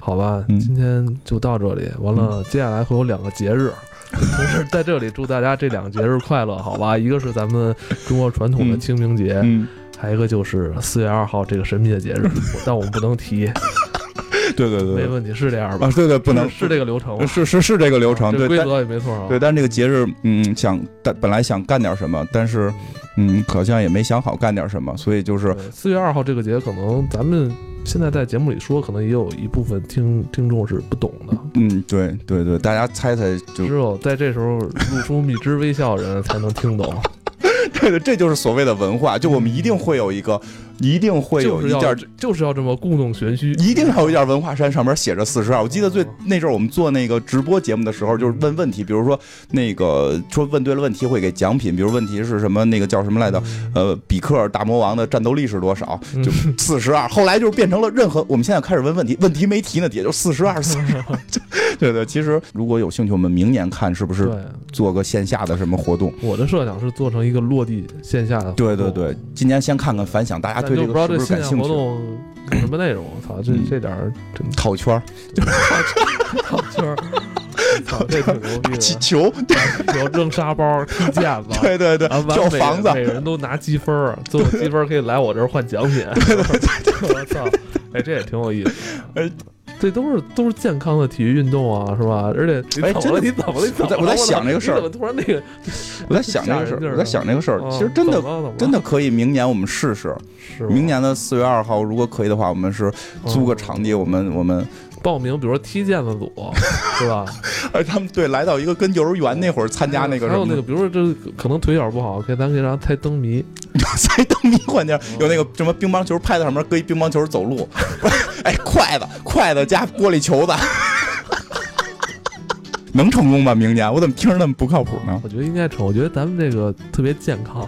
S2: 好吧，
S3: 嗯
S2: 今天就到这里。完了，接下来会有两个节日， [laughs] 同时在这里祝大家这两个节日快乐，好
S3: [laughs]
S2: 吧？一个是咱们中国传统的
S3: 嗯
S2: 清明节，
S3: 嗯，
S2: 还有一个就是四月二号这个神秘的节
S3: [laughs]
S2: 日，但我们不能提，
S3: 对对
S2: 没
S3: 对对，
S2: 问题，是这样吧
S3: 啊，？对对，不能
S2: 是是这个流程吗，
S3: 是是是这个流程，
S2: 这
S3: 对
S2: 规
S3: 但
S2: 则也没错啊。
S3: 对，但这个节日，嗯，想但本来想干点什么，但是，嗯，好像也没想好干点什么，所以就是
S2: 四月二号这个节，可能咱们现在在节目里说，可能也有一部分听听众是不懂的，
S3: 嗯，对对对，大家猜猜就
S2: 只有在这时候露出蜜汁微笑的人才能听懂。
S3: [laughs] 对对，这就是所谓的文化，就我们一定会有一个，一定 [laughs] 会
S2: 就
S3: 有
S2: 是
S3: 一
S2: 要
S3: 件。
S2: 就是要这么故弄玄虚，
S3: 一定要有一件文化衫，上面写着四十二。我记得最
S2: 哦
S3: 那阵儿我们做那个直播节目的时候，就是问问题，比如说那个说问对了问题会给奖品，比如问题是什么那个叫什么来着？呃，比克尔大魔王的战斗力是多少？
S2: 嗯
S3: 就四十二。后来就是变成了任何我们现在开始问问题，问题没提呢，也就四十二，四十二。 [laughs] 对对，其实如果有兴趣，我们明年看是不是
S2: 对，
S3: 做个线下的什么活动。
S2: 我的设想是做成一个落地线下的活动，
S3: 对对对，今年先看看反响，大家
S2: 但
S3: 对
S2: 就
S3: 这
S2: 不知道
S3: 个是
S2: 这
S3: 不是
S2: 线
S3: 感
S2: 下
S3: 兴
S2: 活
S3: 趣？
S2: 动有什么
S3: [laughs]
S2: 内容。我操，这
S3: 嗯
S2: 这点儿真的
S3: 套圈儿、
S2: 套圈儿，操，
S3: [laughs]
S2: 这挺牛逼
S3: 气
S2: 的。
S3: 球，
S2: 有扔沙包、踢毽
S3: [laughs]
S2: 子，
S3: 对对对
S2: 啊，，
S3: 跳
S2: 完每
S3: 房子，
S2: 每人都拿积分儿，啊最后积分儿可以来我这儿换奖品。啊我操，哎，这也挺有意思的。
S3: [laughs] 哎
S2: 这都是都是健康的体育运动啊，是吧？而且
S3: 哎
S2: 你怎么了？你怎么
S3: 真的
S2: 了？你怎么了？
S3: 我在我在
S2: 操
S3: 想这个事儿
S2: 你怎么突然那个？嗯
S3: 我在想这个事
S2: 吓人劲
S3: 儿，
S2: 儿
S3: 我在想这个事
S2: 啊
S3: 儿。其实真的
S2: 的
S3: 真的可以，明年我们试试。明年的四月二号，如果可以的话，我们是租个场地，我们我们，
S2: 嗯报名，比如说踢毽子
S3: [laughs]
S2: 组，是吧？
S3: 哎，他们对来到一个跟幼儿园那会儿参加那个
S2: 哎还
S3: 什
S2: 有
S3: 么
S2: 那个，
S3: 的，
S2: 比如说这可能腿脚不好，可以咱可以让他猜灯谜，
S3: [laughs] 猜灯谜环节有那个什么乒乓球拍子上面搁一乒乓球走路， [laughs] 哎，筷子筷子加玻璃球子， [laughs] 能成功吗？明年我怎么听着那么不靠谱呢？
S2: 我觉得应该成。我觉得咱们这个特别健康，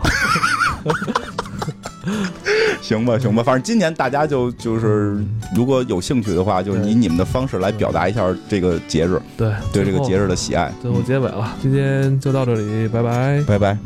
S3: 行吧，行吧，反正今年大家就就是，如果有兴趣的话，就是以
S2: 对
S3: 你们的方式来表达一下这个节日
S2: 对
S3: 对这个节
S2: 日。
S3: 日的喜爱。
S2: 最后结尾了，今天就到这里，拜拜。
S3: 拜拜。